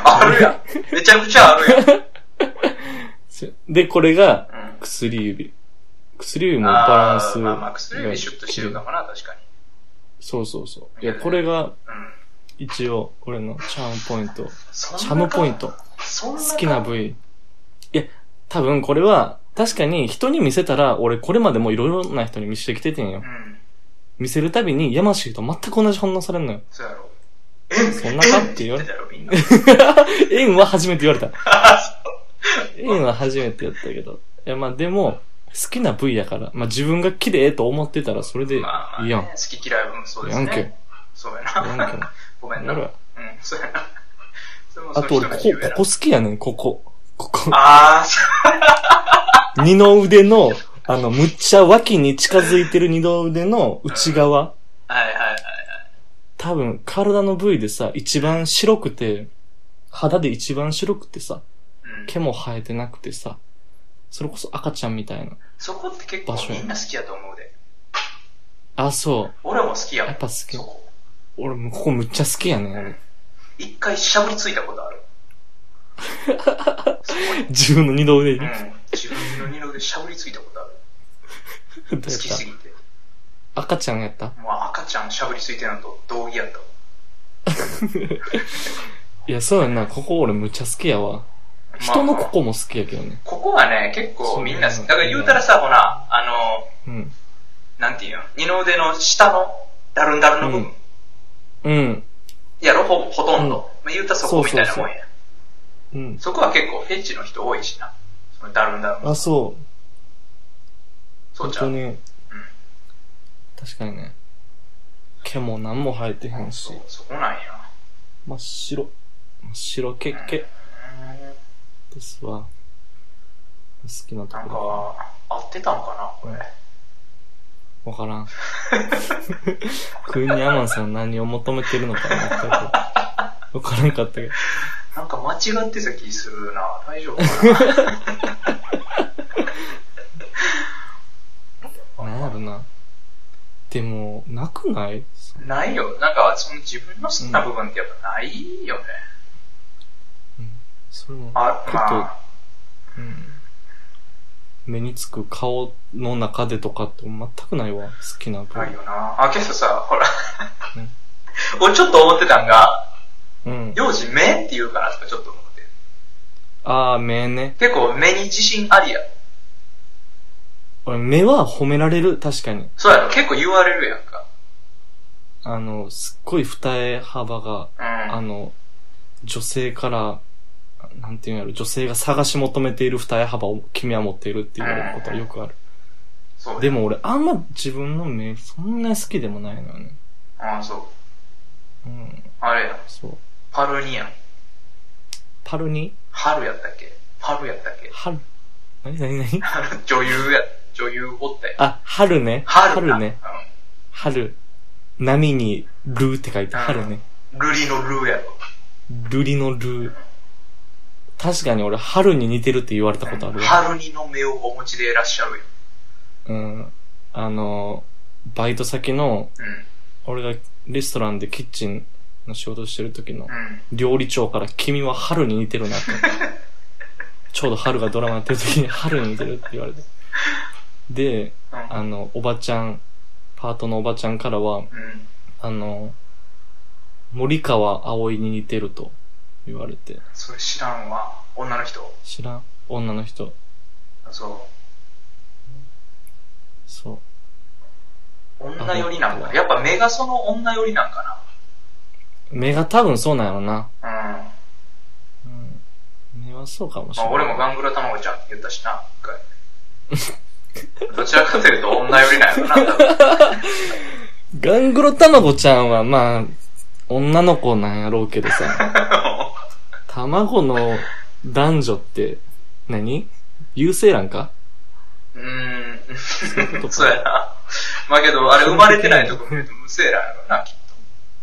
Speaker 2: あるやん。めちゃくちゃあるやん。
Speaker 1: で、これが
Speaker 2: うん
Speaker 1: 薬指。薬指もバラ
Speaker 2: あ
Speaker 1: ン
Speaker 2: あ
Speaker 1: ス。
Speaker 2: ーまあまあ、薬指シュッとしてるかもな、確かに。
Speaker 1: そうそうそう。いや、これが
Speaker 2: うん。
Speaker 1: 一応、俺のチャームポイント。
Speaker 2: そんな
Speaker 1: チャームポイント。
Speaker 2: そんな
Speaker 1: 好きな部位。いや、多分これは、確かに人に見せたら、俺これまでもいろいろな人に見せてきててんよ
Speaker 2: う。ん。
Speaker 1: 見せるたびに、やましいと全く同じ反応されんのよ。
Speaker 2: そうやろ。え
Speaker 1: そんなかって言わ
Speaker 2: れ
Speaker 1: れ
Speaker 2: てたよ、みんな。
Speaker 1: 円は初めて言われた。
Speaker 2: あ
Speaker 1: 円は初めてやったけど。いや、まあでも、好きな部位やから、まあ自分が綺麗と思ってたらそれでいい
Speaker 2: ーまあまあ、ね、
Speaker 1: やん。
Speaker 2: 好き嫌いはうんそうです
Speaker 1: やんけ
Speaker 2: ね。そうや
Speaker 1: やんけ
Speaker 2: な。ごめんな。
Speaker 1: やる
Speaker 2: うん
Speaker 1: わ、
Speaker 2: そうやな。それもそ
Speaker 1: あ
Speaker 2: の
Speaker 1: と
Speaker 2: 人
Speaker 1: 俺、こ
Speaker 2: の
Speaker 1: こ、
Speaker 2: 自由や
Speaker 1: こ
Speaker 2: な
Speaker 1: こ好きやねん、ここ。ここ。
Speaker 2: あー、そう
Speaker 1: 二の腕の、あの、むっちゃ脇に近づいてる二の腕の内側。
Speaker 2: はいはいはい。
Speaker 1: 多分、体の部位でさ、一番白くて、肌で一番白くてさ、
Speaker 2: うん。
Speaker 1: 毛も生えてなくてさ、それこそ赤ちゃんみたいな。
Speaker 2: そこって結構
Speaker 1: 場所
Speaker 2: みんな好きやと思うで。
Speaker 1: あ、そう。
Speaker 2: 俺も好きやもん。
Speaker 1: やっぱ好き
Speaker 2: そこ
Speaker 1: 俺、もうここむっちゃ好きやねん、俺。
Speaker 2: 一回しゃぶりついたことある。そこに。
Speaker 1: 自分の二の腕に。
Speaker 2: う。
Speaker 1: どうん
Speaker 2: 自分の二の腕しゃぶりついたことある。
Speaker 1: やっ
Speaker 2: 好きすぎて。
Speaker 1: た赤ちゃんやった
Speaker 2: もう赤ちゃんしゃぶりついてるのと同義やったわ
Speaker 1: いや、そうやんな。ここ俺むっちゃ好きやわ。人のここも好きやけどね。
Speaker 2: ここはね、結構みんな好
Speaker 1: そう
Speaker 2: き。だから言うたらさ、ほな、あの、
Speaker 1: うん。
Speaker 2: なんていうの、二の腕の下のダルンダルの部
Speaker 1: うう
Speaker 2: 分。
Speaker 1: ん。
Speaker 2: やろ、ほぼ、ほとん
Speaker 1: うん
Speaker 2: ど。まあ言うたらそこみたいなもんや。
Speaker 1: うん。
Speaker 2: そこは結構フェッチの人多いしな。そのダルンダルの。
Speaker 1: あ、そう。
Speaker 2: そう
Speaker 1: 本
Speaker 2: ちゃ
Speaker 1: 当
Speaker 2: う。
Speaker 1: に。確かにね。毛も何も生えてへんし
Speaker 2: そう。、そこなんや。
Speaker 1: 真っ白。真っ白けっけ
Speaker 2: うん
Speaker 1: ですわ。好きなと
Speaker 2: なん
Speaker 1: こ
Speaker 2: か、合ってたんかな、これ。
Speaker 1: ろ。わからん。 国にアマンさん何を求めてるのか全く。わからんかったけど。
Speaker 2: なんか間違ってた気するな。大丈夫かな。
Speaker 1: なんやろな。でも、なくない
Speaker 2: ないよ。なんか、その自分の好きな部分ってやっぱないよね。
Speaker 1: それも。
Speaker 2: あ、
Speaker 1: ちょっと
Speaker 2: まあ、
Speaker 1: うん目につく顔の中でとかって全くないわ。好きな部
Speaker 2: ない
Speaker 1: 分。
Speaker 2: よな。あ、けどさ、ほら
Speaker 1: うん。
Speaker 2: 俺ちょっと思ってたんが、
Speaker 1: うん。
Speaker 2: 幼児目って言うかなとかちょっと思って。
Speaker 1: ああ、目ね。
Speaker 2: 結構目に自信ありや。
Speaker 1: 俺、目は褒められる。確かに。
Speaker 2: そうやろ、結構言われるやんか。
Speaker 1: あの、すっごい二重幅が、
Speaker 2: う
Speaker 1: あ
Speaker 2: ん。
Speaker 1: の、女性から、なんていうんやろ、女性が探し求めている二重幅を君は持っているって言われることはよくある。
Speaker 2: そう。
Speaker 1: でも俺、あんま自分の目、そんな好きでもないのよね。
Speaker 2: あ、そ
Speaker 1: う
Speaker 2: う。
Speaker 1: ん、
Speaker 2: あれやん。
Speaker 1: そう。
Speaker 2: パルニやん。
Speaker 1: パルに
Speaker 2: 春やったっけパルやったっけ
Speaker 1: 春何何何
Speaker 2: 女優や、女優おったやん。
Speaker 1: あ、春ね。
Speaker 2: 春な
Speaker 1: ね。。春。波に、ルーって書いて、春ね。
Speaker 2: うん。瑠璃のルーやろ。
Speaker 1: ルリのル。確かに俺、春に似てるって言われたことあるわ。
Speaker 2: 春にの目をお持ちでいらっしゃるよ。
Speaker 1: うん。あの、バイト先の、
Speaker 2: うん。
Speaker 1: 俺がレストランでキッチンの仕事してる時の
Speaker 2: うん。
Speaker 1: 料理長から君は春に似てるなって。ちょうど春がドラマやってる時に春に似てるって言われて。で、あの、おばちゃん、パートのおばちゃんからは、
Speaker 2: うん。うん。
Speaker 1: あの、森川葵に似てると言われて、
Speaker 2: それ知らんわ。女の人。
Speaker 1: 知らん女の人、
Speaker 2: そ。
Speaker 1: そう
Speaker 2: 女寄りなんかな。やっぱ目がその女寄りなんか
Speaker 1: う。目が多分そうなんやろな。
Speaker 2: な。う
Speaker 1: う
Speaker 2: ん。
Speaker 1: ん。目はそうかもし
Speaker 2: ま
Speaker 1: れ
Speaker 2: あ、
Speaker 1: ない。
Speaker 2: 俺もガングロ卵ちゃんって言ったしな、一回。ど ちらかというと女寄りなんやろな。多分
Speaker 1: ガングロ卵ちゃんはまあ、女の子なんやろうけど さ、卵の男女って何、優勢なんか
Speaker 2: う
Speaker 1: ういうこ
Speaker 2: ー
Speaker 1: と
Speaker 2: ん。
Speaker 1: か
Speaker 2: そうやな。まあけど、あれ生まれてないとこ見ると無精卵やろな、きっ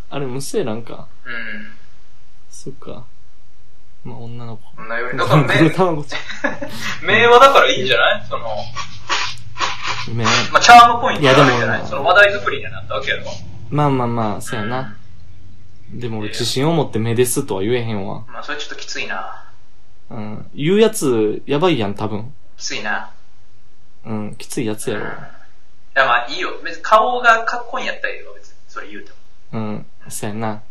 Speaker 1: あれ無性なんか
Speaker 2: と。う
Speaker 1: そっか。まあ女の子。
Speaker 2: ん。女寄り。だか
Speaker 1: ガ
Speaker 2: ら
Speaker 1: ングロ
Speaker 2: 目、
Speaker 1: 卵ちゃ
Speaker 2: 目はだからいいんじゃないその、
Speaker 1: ん。目。
Speaker 2: まあ、チャームポイントなんじゃない
Speaker 1: いやでも
Speaker 2: その話題作りにはなったわけやろ。
Speaker 1: まあまあまあ、そうやな。でも俺自信を持って目ですとは言えへんわ。
Speaker 2: まあ、それちょっときついな。
Speaker 1: うん。言うやつ、やばいやん、多分。
Speaker 2: きついな。
Speaker 1: うん、きついやつや
Speaker 2: い
Speaker 1: ろ。
Speaker 2: や、まあいいよ。別に顔がかっこいいんやったらいいよ、別に。それ言うても。
Speaker 1: うん、そうやな。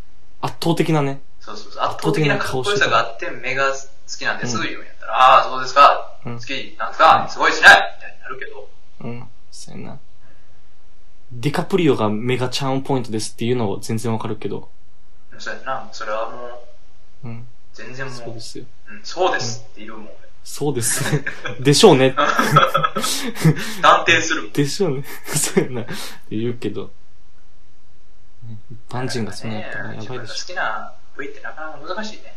Speaker 1: 圧倒的なね。
Speaker 2: そうそうそう。圧倒的なかっこよさがあって、目が好きなんで
Speaker 1: うん
Speaker 2: すぐ言うんやったら、ああ、そうですか、
Speaker 1: うん
Speaker 2: 好きなんですか、すごいですねみたいになるけど、
Speaker 1: うん、そうやな。ディカプリオがメガチャームポイントですっていうのは全然わかるけど。
Speaker 2: でもそうやな、もうそれはもう、
Speaker 1: うん、
Speaker 2: 全然もう、
Speaker 1: そうですよ。
Speaker 2: うん、そうですって言うもん、俺
Speaker 1: そうですね。 でしょうね。
Speaker 2: 断定するもん。
Speaker 1: でしょうね。 そうやな。って言うけど。ね一般人がそんなやったら
Speaker 2: ね
Speaker 1: や
Speaker 2: 自
Speaker 1: ばい
Speaker 2: 分
Speaker 1: で
Speaker 2: の好
Speaker 1: し
Speaker 2: きな部位ってなかなか難しい ね。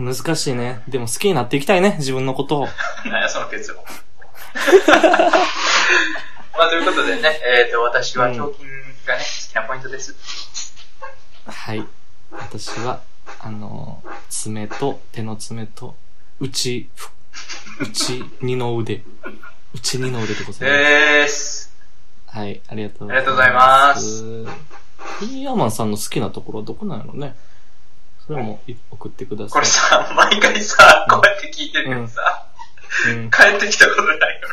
Speaker 1: ょ。難しいね。でも好きになっていきたいね、自分のことを。
Speaker 2: なんや、その結論。 まあ、ということでね、えっ、と、私は胸筋がね、好きなポイントです。
Speaker 1: はい。私は、あのー爪と、手の爪と、内、ふ内二の腕。内二の腕でございます。
Speaker 2: でーす。
Speaker 1: はい、ありがとう
Speaker 2: あ
Speaker 1: ございます。イーアマンさんの好きなところはどこなんやろね。それもい送ってくだ
Speaker 2: こ
Speaker 1: さい
Speaker 2: れ。さ、毎回さ、こうやって聞いてるけどさ、
Speaker 1: うん、
Speaker 2: 帰ってきたことないよ。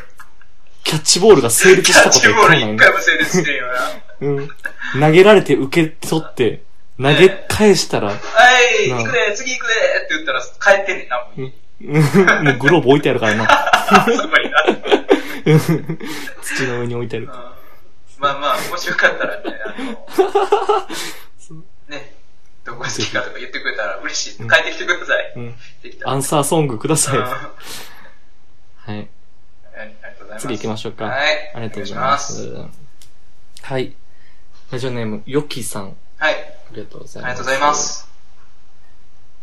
Speaker 1: キャッチボールが成立
Speaker 2: キ
Speaker 1: し
Speaker 2: ャ
Speaker 1: た
Speaker 2: ッ
Speaker 1: こと
Speaker 2: チ
Speaker 1: は
Speaker 2: ボール
Speaker 1: ない
Speaker 2: 一回も成立してんよな。は
Speaker 1: うん。投げられて受け取って、投げ返したら、
Speaker 2: い、
Speaker 1: なあ
Speaker 2: 行くで、次行くでって言ったら帰ってんねんな、もう。
Speaker 1: うんうんもうグローブ置いてあるからな。
Speaker 2: あすごいな。うん
Speaker 1: うん土の上に置いてある。
Speaker 2: まあまあ、もしよかったらね、あの、ね、どこが好きかとか言ってくれたら嬉しい。帰ってきてください。
Speaker 1: うん。
Speaker 2: できた
Speaker 1: アンサーソングください。
Speaker 2: うん
Speaker 1: はい。
Speaker 2: ありがとうございます。
Speaker 1: 次行きましょうか。
Speaker 2: はい。
Speaker 1: ありがとうござい
Speaker 2: お願
Speaker 1: ま
Speaker 2: し
Speaker 1: す。はい。ラジオネーム、よきさん。
Speaker 2: ます。はい。
Speaker 1: ありがとうござ
Speaker 2: あ
Speaker 1: います。
Speaker 2: りがとうございま。す。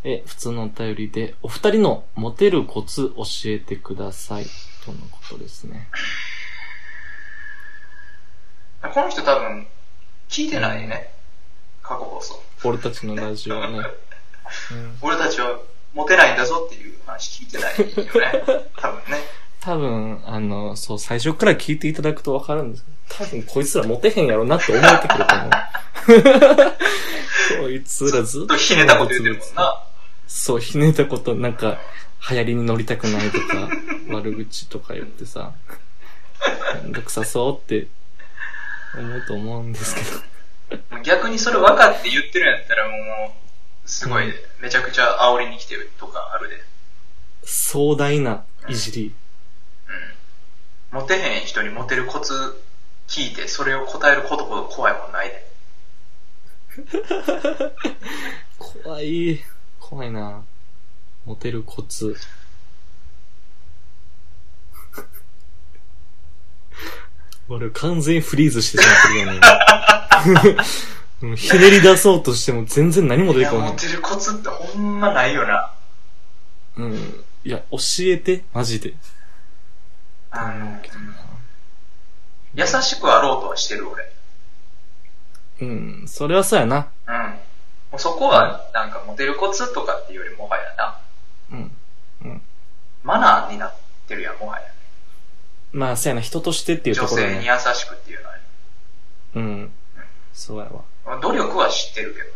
Speaker 1: え、普通のお便りで、お二人のモテるコツ教えてください。とのことですね。
Speaker 2: この人多分、聞いてないね。過去放送。
Speaker 1: 俺たちのラジオはね。うん、
Speaker 2: 俺たちはモテないんだぞっていう話聞いてないよね。多分ね。
Speaker 1: 多分、あの、そう、最初から聞いていただくとわかるんですけど、多分こいつらモテへんやろなって思えてくる と思う。こいつらずっ
Speaker 2: と
Speaker 1: と。
Speaker 2: ひねったこと言ってるもんな。
Speaker 1: そう、ひねったこと、なんか、流行りに乗りたくないと か、悪口とか言ってさ、めんどくさそうって思うと思うんですけど。
Speaker 2: 逆にそれ分かって言ってるんやったらもう、すごい、めちゃくちゃ煽りに来てるとかあるで。
Speaker 1: 壮大ないじり。
Speaker 2: モテへん人にモテるコツ聞いて、それを答えることほど怖いもんないで。
Speaker 1: 怖い。怖いなモテるコツ。俺完全にフリーズしてしまってるよね。 もうひねり出そうとしても全然何も
Speaker 2: い
Speaker 1: 出て
Speaker 2: や、
Speaker 1: こな
Speaker 2: モ
Speaker 1: い。
Speaker 2: テるコツってほんまないよな。
Speaker 1: うん。いや、教えて、マジで。
Speaker 2: あの、
Speaker 1: う
Speaker 2: 優しくあろうとはしてる俺。
Speaker 1: ん、それはそうやな。
Speaker 2: うん。もうそこは、なんかモテるコツとかっていうよりもはやな、
Speaker 1: うん。
Speaker 2: マナーになってるやん、もはや。
Speaker 1: まあ、そうやな、人としてっていうと
Speaker 2: 女
Speaker 1: ころ
Speaker 2: 性に
Speaker 1: ね。
Speaker 2: 優しくっていうのはね。
Speaker 1: うん。そうやわ。
Speaker 2: まあ努力は知ってるけどね。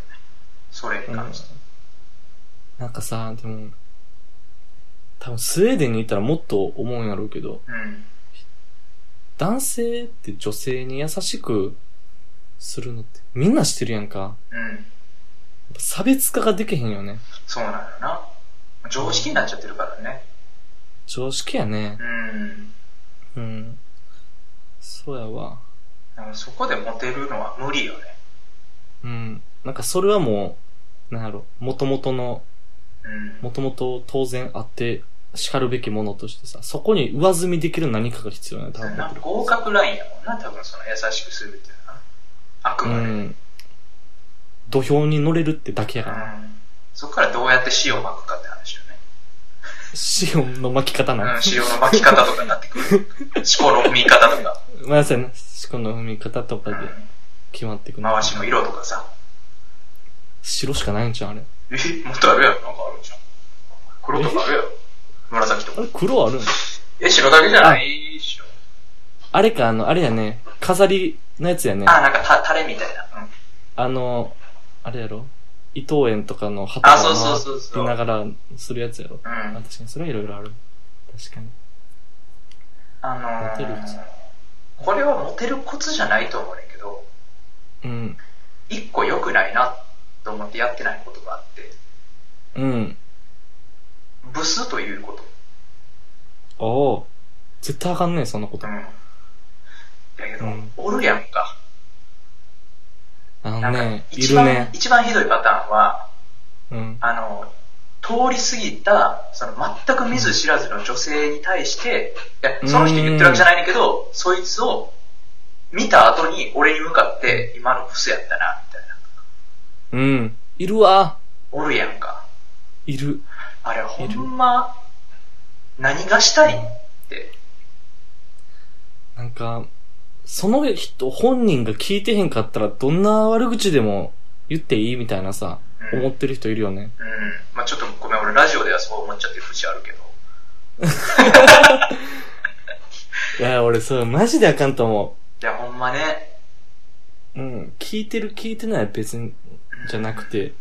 Speaker 2: それに
Speaker 1: うん
Speaker 2: 関して。
Speaker 1: なんかさ、でも、多分スウェーデンにいたらもっと思うんやろうけど、
Speaker 2: うん。
Speaker 1: 男性って女性に優しくするのってみんなしてるやんか。やっ
Speaker 2: うん。
Speaker 1: ぱ差別化ができへんよね。
Speaker 2: そうなのよな。常識になっちゃってるからね。
Speaker 1: 常識やね
Speaker 2: う。ん。
Speaker 1: うん。そうやわ。
Speaker 2: だからそこでモテるのは無理よね。
Speaker 1: うん。なんかそれはもう、なんやろ、元々の、
Speaker 2: うん。
Speaker 1: 元々当然あって、叱るべきものとしてさ、そこに上積みできる何かが必要なの多分
Speaker 2: なんか合格ラインやもんな、多分その優しくするっていうのは。あく
Speaker 1: う
Speaker 2: まで。うん。
Speaker 1: ん。土俵に乗れるってだけやから。
Speaker 2: そこからどうやって塩を巻くかって話よね。
Speaker 1: 塩の巻き方なん
Speaker 2: うん、塩の巻き方とかになってく る。思考の踏み方とか。
Speaker 1: まあ、そうやな。四股の踏み方とか
Speaker 2: う
Speaker 1: で
Speaker 2: ん。
Speaker 1: 決まってくる。
Speaker 2: 回しの色とかさ。
Speaker 1: 白しかないんちゃうあれ。
Speaker 2: え、もっとあるやろなんかあるじゃん。黒とかあるやろ紫と
Speaker 1: あ
Speaker 2: か。
Speaker 1: れ、黒あるん
Speaker 2: え、白だけじゃないっしょ。
Speaker 1: あれか、あの、あれやね。飾りのやつやね。
Speaker 2: あ、なんかた、タレみたいな。うん。
Speaker 1: あの、あれやろ伊藤園とかの
Speaker 2: あ、
Speaker 1: 旗
Speaker 2: そうそう
Speaker 1: を
Speaker 2: そうそ
Speaker 1: 回り
Speaker 2: う。
Speaker 1: ながらするやつやろ。
Speaker 2: う
Speaker 1: あ
Speaker 2: ん。
Speaker 1: 確かに、それはいろいろある。確かに。
Speaker 2: あの
Speaker 1: モテる
Speaker 2: ー
Speaker 1: やつ、
Speaker 2: これはモテるコツじゃないと思うねんけど、
Speaker 1: うん。
Speaker 2: 一個良くないなと思ってやってないことがあって、
Speaker 1: うん。
Speaker 2: ブスということ。
Speaker 1: おお。絶対あかんねえ、そんなこと
Speaker 2: うん。。だけど、
Speaker 1: うん
Speaker 2: おるやんか。
Speaker 1: あの
Speaker 2: なんか、
Speaker 1: ね、い
Speaker 2: 一
Speaker 1: る
Speaker 2: 番、
Speaker 1: ね。
Speaker 2: 一番ひどいパターンは、
Speaker 1: うん。
Speaker 2: あの、通り過ぎた、その全く見ず知らずの女性に対して、いや、その人言ってるわけじゃないんだけど、そいつを見た後に俺に向かって、今のブスやったな、みたいな。
Speaker 1: うん。いるわ。
Speaker 2: おるやんか。
Speaker 1: いる。
Speaker 2: あれ、ほんま、何がしたいって。
Speaker 1: なんか、その人本人が聞いてへんかったらどんな悪口でも言っていいみたいなさ、
Speaker 2: うん。う
Speaker 1: 思っ
Speaker 2: ん。
Speaker 1: てる人いるよね。
Speaker 2: まあちょっとごめん、俺ラジオではそう思っちゃってる節あるけど。
Speaker 1: いや、俺それマジであかんと思
Speaker 2: いや、ほんまね。
Speaker 1: う。うん。聞いてる聞いてないは別に、じゃなくて、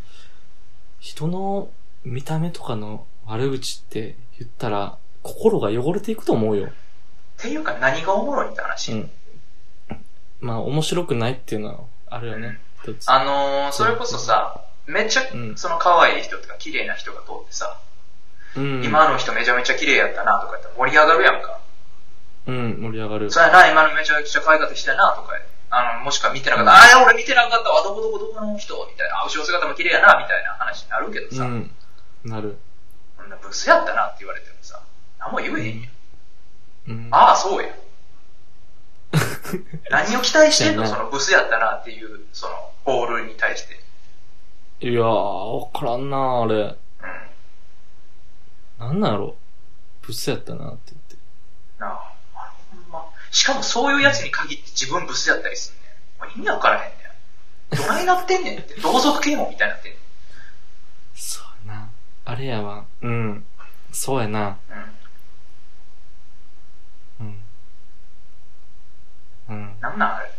Speaker 1: 人の見た目とかの悪口って言ったら心が汚れていくと思うよ。
Speaker 2: ていうか何がおもろいって話。
Speaker 1: うん。まあ面白くないっていうのはあるよね。一つ
Speaker 2: あのー、それこそさ、めっちゃ
Speaker 1: うん、
Speaker 2: その可愛い人とか綺麗な人が通ってさ、
Speaker 1: うん。
Speaker 2: 今の人めちゃめちゃ綺麗やったなとか言って盛り上がるやんか。
Speaker 1: うん、盛り上がる。
Speaker 2: それやな、今のめちゃくちゃ可愛かった人やなとか、あの、もしくは見てなかった、ああ、俺見てなかったわ、どこどこどこの人みたいな、あ後ろ姿も綺麗やな、みたいな話になるけど
Speaker 1: う
Speaker 2: さ、
Speaker 1: ん。なる。
Speaker 2: こんなブスやったなって言われてもさ、何も言えへんやん。
Speaker 1: うん。
Speaker 2: ああ、 そうや。何を期待してんの
Speaker 1: そう
Speaker 2: そ
Speaker 1: や
Speaker 2: のブスやったなっていう、その、ボールに対して。
Speaker 1: いやー、わからんなあれ。
Speaker 2: うん。
Speaker 1: なんなんやろブスやったなって言って。
Speaker 2: なあ、あれほんま。しかもそういうやつに限って自分ブスやったりすんねん。もう意味わからへんねん。どないなってんねんって。同族嫌悪みたいになってんね
Speaker 1: そうやな。あれやわ。うん。そうやな。
Speaker 2: ん。うん。
Speaker 1: うん。うん。
Speaker 2: なんなんあれ。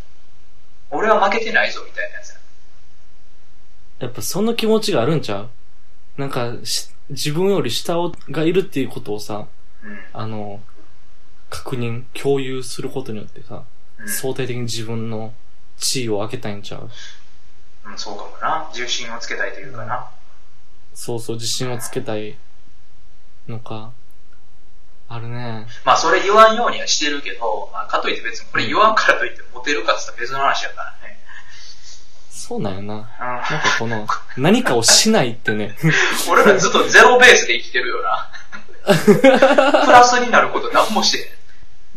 Speaker 2: 俺は負けてないぞみたいなやつや。
Speaker 1: やっぱその気持ちがあるんちゃうなんかし、自分より下をがいるっていうことをさ、
Speaker 2: う
Speaker 1: あの、確認、共有することによってさ、
Speaker 2: ん。うん、
Speaker 1: 相対的に自分の地位を上げたいんちゃう
Speaker 2: うん、そうかもな。重心をつけたいというかな。
Speaker 1: そうそう、自信をつけたいのか。あるね。
Speaker 2: まあそれ言わんようにはしてるけど、まあかといって別にこれ言わんからといってモテるかって言ったら別の話やからね。
Speaker 1: そうなんよな。
Speaker 2: うん。
Speaker 1: なんかこの、何かをしないって ね。
Speaker 2: 俺らずっとゼロベースで生きてる よな。プラスになること何もして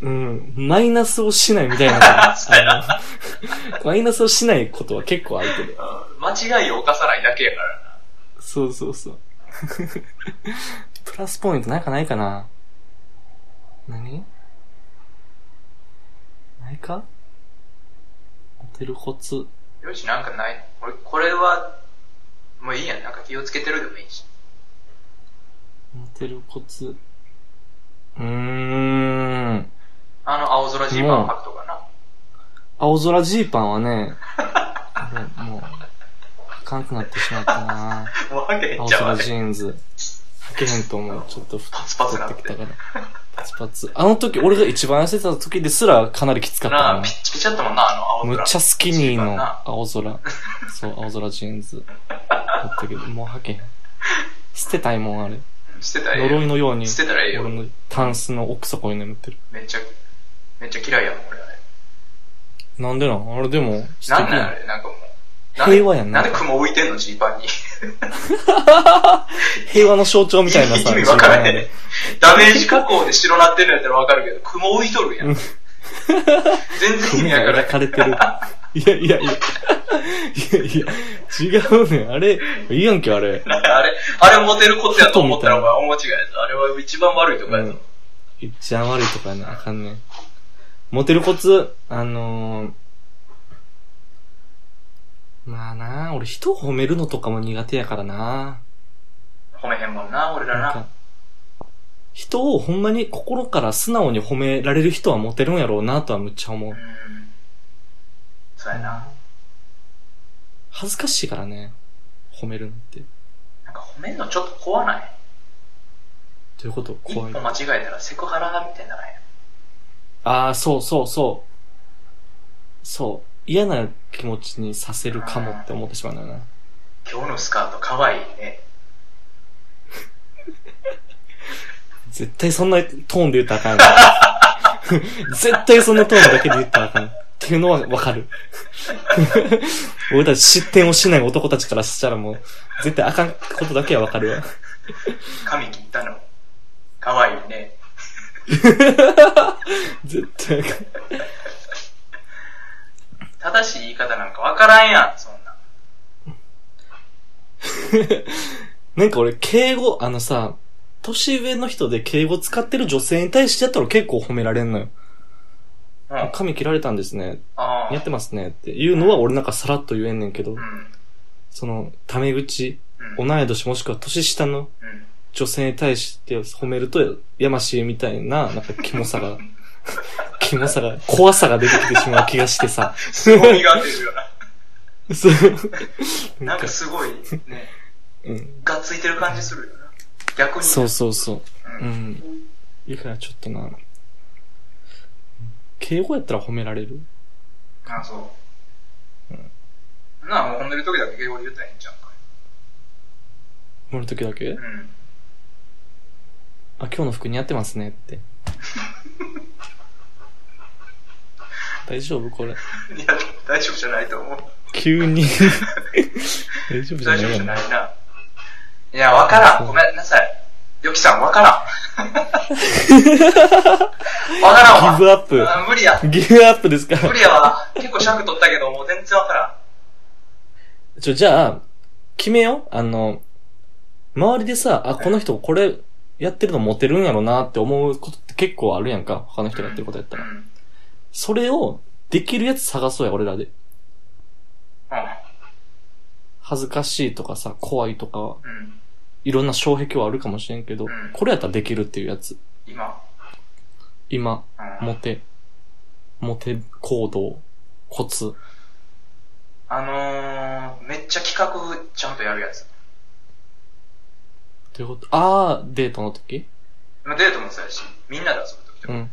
Speaker 2: へん。。
Speaker 1: うん。マイナスをしないみたいな
Speaker 2: そうや
Speaker 1: あのマイナスをしないことは結構あるけど。
Speaker 2: うん間違いを犯さないだけやからな。
Speaker 1: そうそうそう。 プラスポイントなんかないかな何ないかモテるコツ。
Speaker 2: よし、なんかない。俺、これは、もういいやん。なんか気をつけてるでもいいし。
Speaker 1: モテるコツ。うーん。
Speaker 2: あの、青空ジーパン履くとかな。
Speaker 1: 青空ジーパンはね、 もう、もうあかんくなってしまったな
Speaker 2: もう履けへん
Speaker 1: 青
Speaker 2: ちゃうわ
Speaker 1: 空
Speaker 2: ね
Speaker 1: ジーンズ。履けへんと思う。ちょっと太
Speaker 2: パツパツ
Speaker 1: 太
Speaker 2: な
Speaker 1: っ
Speaker 2: ってて
Speaker 1: きたから。パツパツ。あの時、俺が一番痩せてた時ですらかなりきつかった
Speaker 2: な
Speaker 1: か
Speaker 2: あ、
Speaker 1: な
Speaker 2: ピ。ッチピチだったもんな、あの青空。
Speaker 1: むっちゃスキニー
Speaker 2: ジーパン
Speaker 1: の
Speaker 2: な
Speaker 1: 青空。そう、青空ジーンズ。だったけど、もう履けへん。捨てたいもん、あれ。
Speaker 2: 捨てたらええ
Speaker 1: 呪い
Speaker 2: よ。
Speaker 1: のように、
Speaker 2: 捨てたらええ
Speaker 1: 俺
Speaker 2: よ。
Speaker 1: のタンスの奥底に眠ってる。
Speaker 2: めっちゃ、めっちゃ嫌いやもん、俺あれ。
Speaker 1: なんでなんあれでも、素
Speaker 2: なん
Speaker 1: 敵
Speaker 2: なん
Speaker 1: や
Speaker 2: あれ、なんかもう。
Speaker 1: ん。平和やん
Speaker 2: な。
Speaker 1: なん
Speaker 2: で雲浮いてんの、ジーパンに。
Speaker 1: 平和の象徴みたいな
Speaker 2: 意
Speaker 1: さ、
Speaker 2: 味わからへ
Speaker 1: 自
Speaker 2: ん
Speaker 1: 分の中で。
Speaker 2: ダメージ加工で白なってるんやったらわかるけど、雲浮いとるや
Speaker 1: うん
Speaker 2: ん。全然意
Speaker 1: 雲
Speaker 2: 味わ
Speaker 1: が
Speaker 2: からへん
Speaker 1: 焼。かれてる。いやいやいや。いやいや、違うねん。あれ、いいやんけ、あれ。
Speaker 2: あれ、あれモテることやと思ったらお前大間違いやった。あれは一番悪いとこや
Speaker 1: う
Speaker 2: ぞ
Speaker 1: ん。いっちゃん悪いとかやな、あかんねん。モテるコツ、あのー、まあな俺人を褒めるのとかも苦手やからな
Speaker 2: 褒めへんもんな、俺ら
Speaker 1: なん
Speaker 2: な
Speaker 1: か。、人をほんまに心から素直に褒められる人はモテるんやろうなとはむっちゃ思う
Speaker 2: う。ん。そうやな。
Speaker 1: 恥ずかしいからね、褒めるのって。ど
Speaker 2: なんか褒めんのちょっと怖ない。
Speaker 1: ういうこと
Speaker 2: 一
Speaker 1: 怖
Speaker 2: 歩
Speaker 1: い。
Speaker 2: 間違えたらセクハラみたいにならへん。
Speaker 1: ああ、そうそうそう。そう。嫌な気持ちにさせるかもって思ってしまうんだよな。
Speaker 2: 今日のスカート可愛いね。
Speaker 1: 絶対そんなトーンで言ったらあかん。 絶対そんなトーンだけで言ったらあかん。っていうのはわかる。 俺たち失点をしない男たちからしたらもう、絶対あかんことだけはわかるわ。
Speaker 2: 髪切ったの。可愛いね。
Speaker 1: 絶対あかん。
Speaker 2: 正しい言い方なんかわからんやん、そんな。
Speaker 1: なんか俺、敬語、あのさ、年上の人で敬語使ってる女性に対してやったら結構褒められんのよ。
Speaker 2: うん。
Speaker 1: 髪切られたんですね。
Speaker 2: あ
Speaker 1: やっ
Speaker 2: あ。
Speaker 1: てますね。っていうのは俺なんかさらっと言えんねんけど
Speaker 2: う、ん。
Speaker 1: その、タメ口、
Speaker 2: うん。
Speaker 1: 同い年もしくは年下の
Speaker 2: うん。
Speaker 1: 女性に対して褒めると、やましいみたいな、なんかキモさが、 キモさが、怖さが出てきてしまう気がしてさ。
Speaker 2: 凄みが出るよ な。
Speaker 1: そう。な
Speaker 2: なんん
Speaker 1: か
Speaker 2: か、すごい、ね、
Speaker 1: うん。
Speaker 2: がっついてる感じするよな。逆に。
Speaker 1: そうそうそう。
Speaker 2: う。
Speaker 1: うんん。いくらちょっとな、敬語やったら褒められる
Speaker 2: あ、そう。なあ、もうほんでる時だけ敬語で言ったらいいんちゃうか。
Speaker 1: 乗る時だけ
Speaker 2: うん。
Speaker 1: あ、今日の服似合ってますねって。大丈夫これ。
Speaker 2: いや、大丈夫じゃないと思う。
Speaker 1: 急 に。大丈夫じゃない
Speaker 2: 大丈夫
Speaker 1: よ
Speaker 2: じゃ
Speaker 1: な
Speaker 2: な。いな。いや、わから
Speaker 1: そ
Speaker 2: ん。
Speaker 1: う
Speaker 2: ごめんなさい。よきさん、わ からん。わからんわ。
Speaker 1: ギブアップ
Speaker 2: あ無理や。
Speaker 1: ギブアップですか
Speaker 2: 無理やわ。結構尺取ったけど、もう全然わか
Speaker 1: ちょ、じゃあ、決めよう。あの、周りでさ、あ、この人これやってるのモテるんやろなって思うことって結構あるやんか。他の人がやってることやった
Speaker 2: らん。う
Speaker 1: ら。
Speaker 2: ん。うん。
Speaker 1: それを、できるやつ探そうや、俺らで。恥ずかしいとかさ、怖いとか、
Speaker 2: うん。
Speaker 1: いろんな障壁はあるかもしれんけど、
Speaker 2: うん
Speaker 1: これやったらできるっていうやつ。
Speaker 2: 今。
Speaker 1: 今、
Speaker 2: うん。
Speaker 1: モテ、モテ行動、コツ。
Speaker 2: あのー、めっちゃ企画ちゃんとやるやつ。
Speaker 1: ということ、あー、デートの時
Speaker 2: まあデートもそうやし、みんなで遊ぶときと
Speaker 1: う
Speaker 2: か。
Speaker 1: ん。
Speaker 2: なんか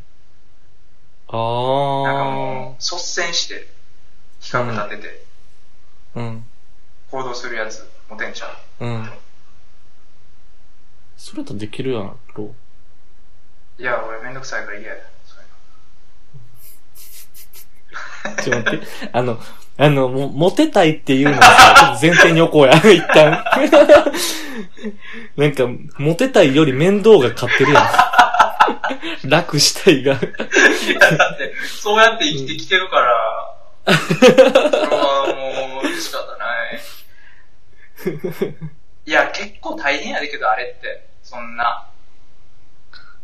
Speaker 1: あ
Speaker 2: もう、率先して、企画立てて、
Speaker 1: ー。うん。
Speaker 2: 行動するやつ、モテんちゃう。
Speaker 1: うん。それやったらできるやろ。
Speaker 2: いや、俺めんどくさいから嫌や。そういうの
Speaker 1: ちょっと待って。 あの、あの、も、モテたいっていうのがさ、ちょっと前提に置こうや。 一旦。なんか、モテたいより面倒が勝ってるやん。 楽したいが。
Speaker 2: いや、だって、そうやって生きてきてるから、それはもう、仕方ない。いや、結構大変やでけど、あれって、そんな、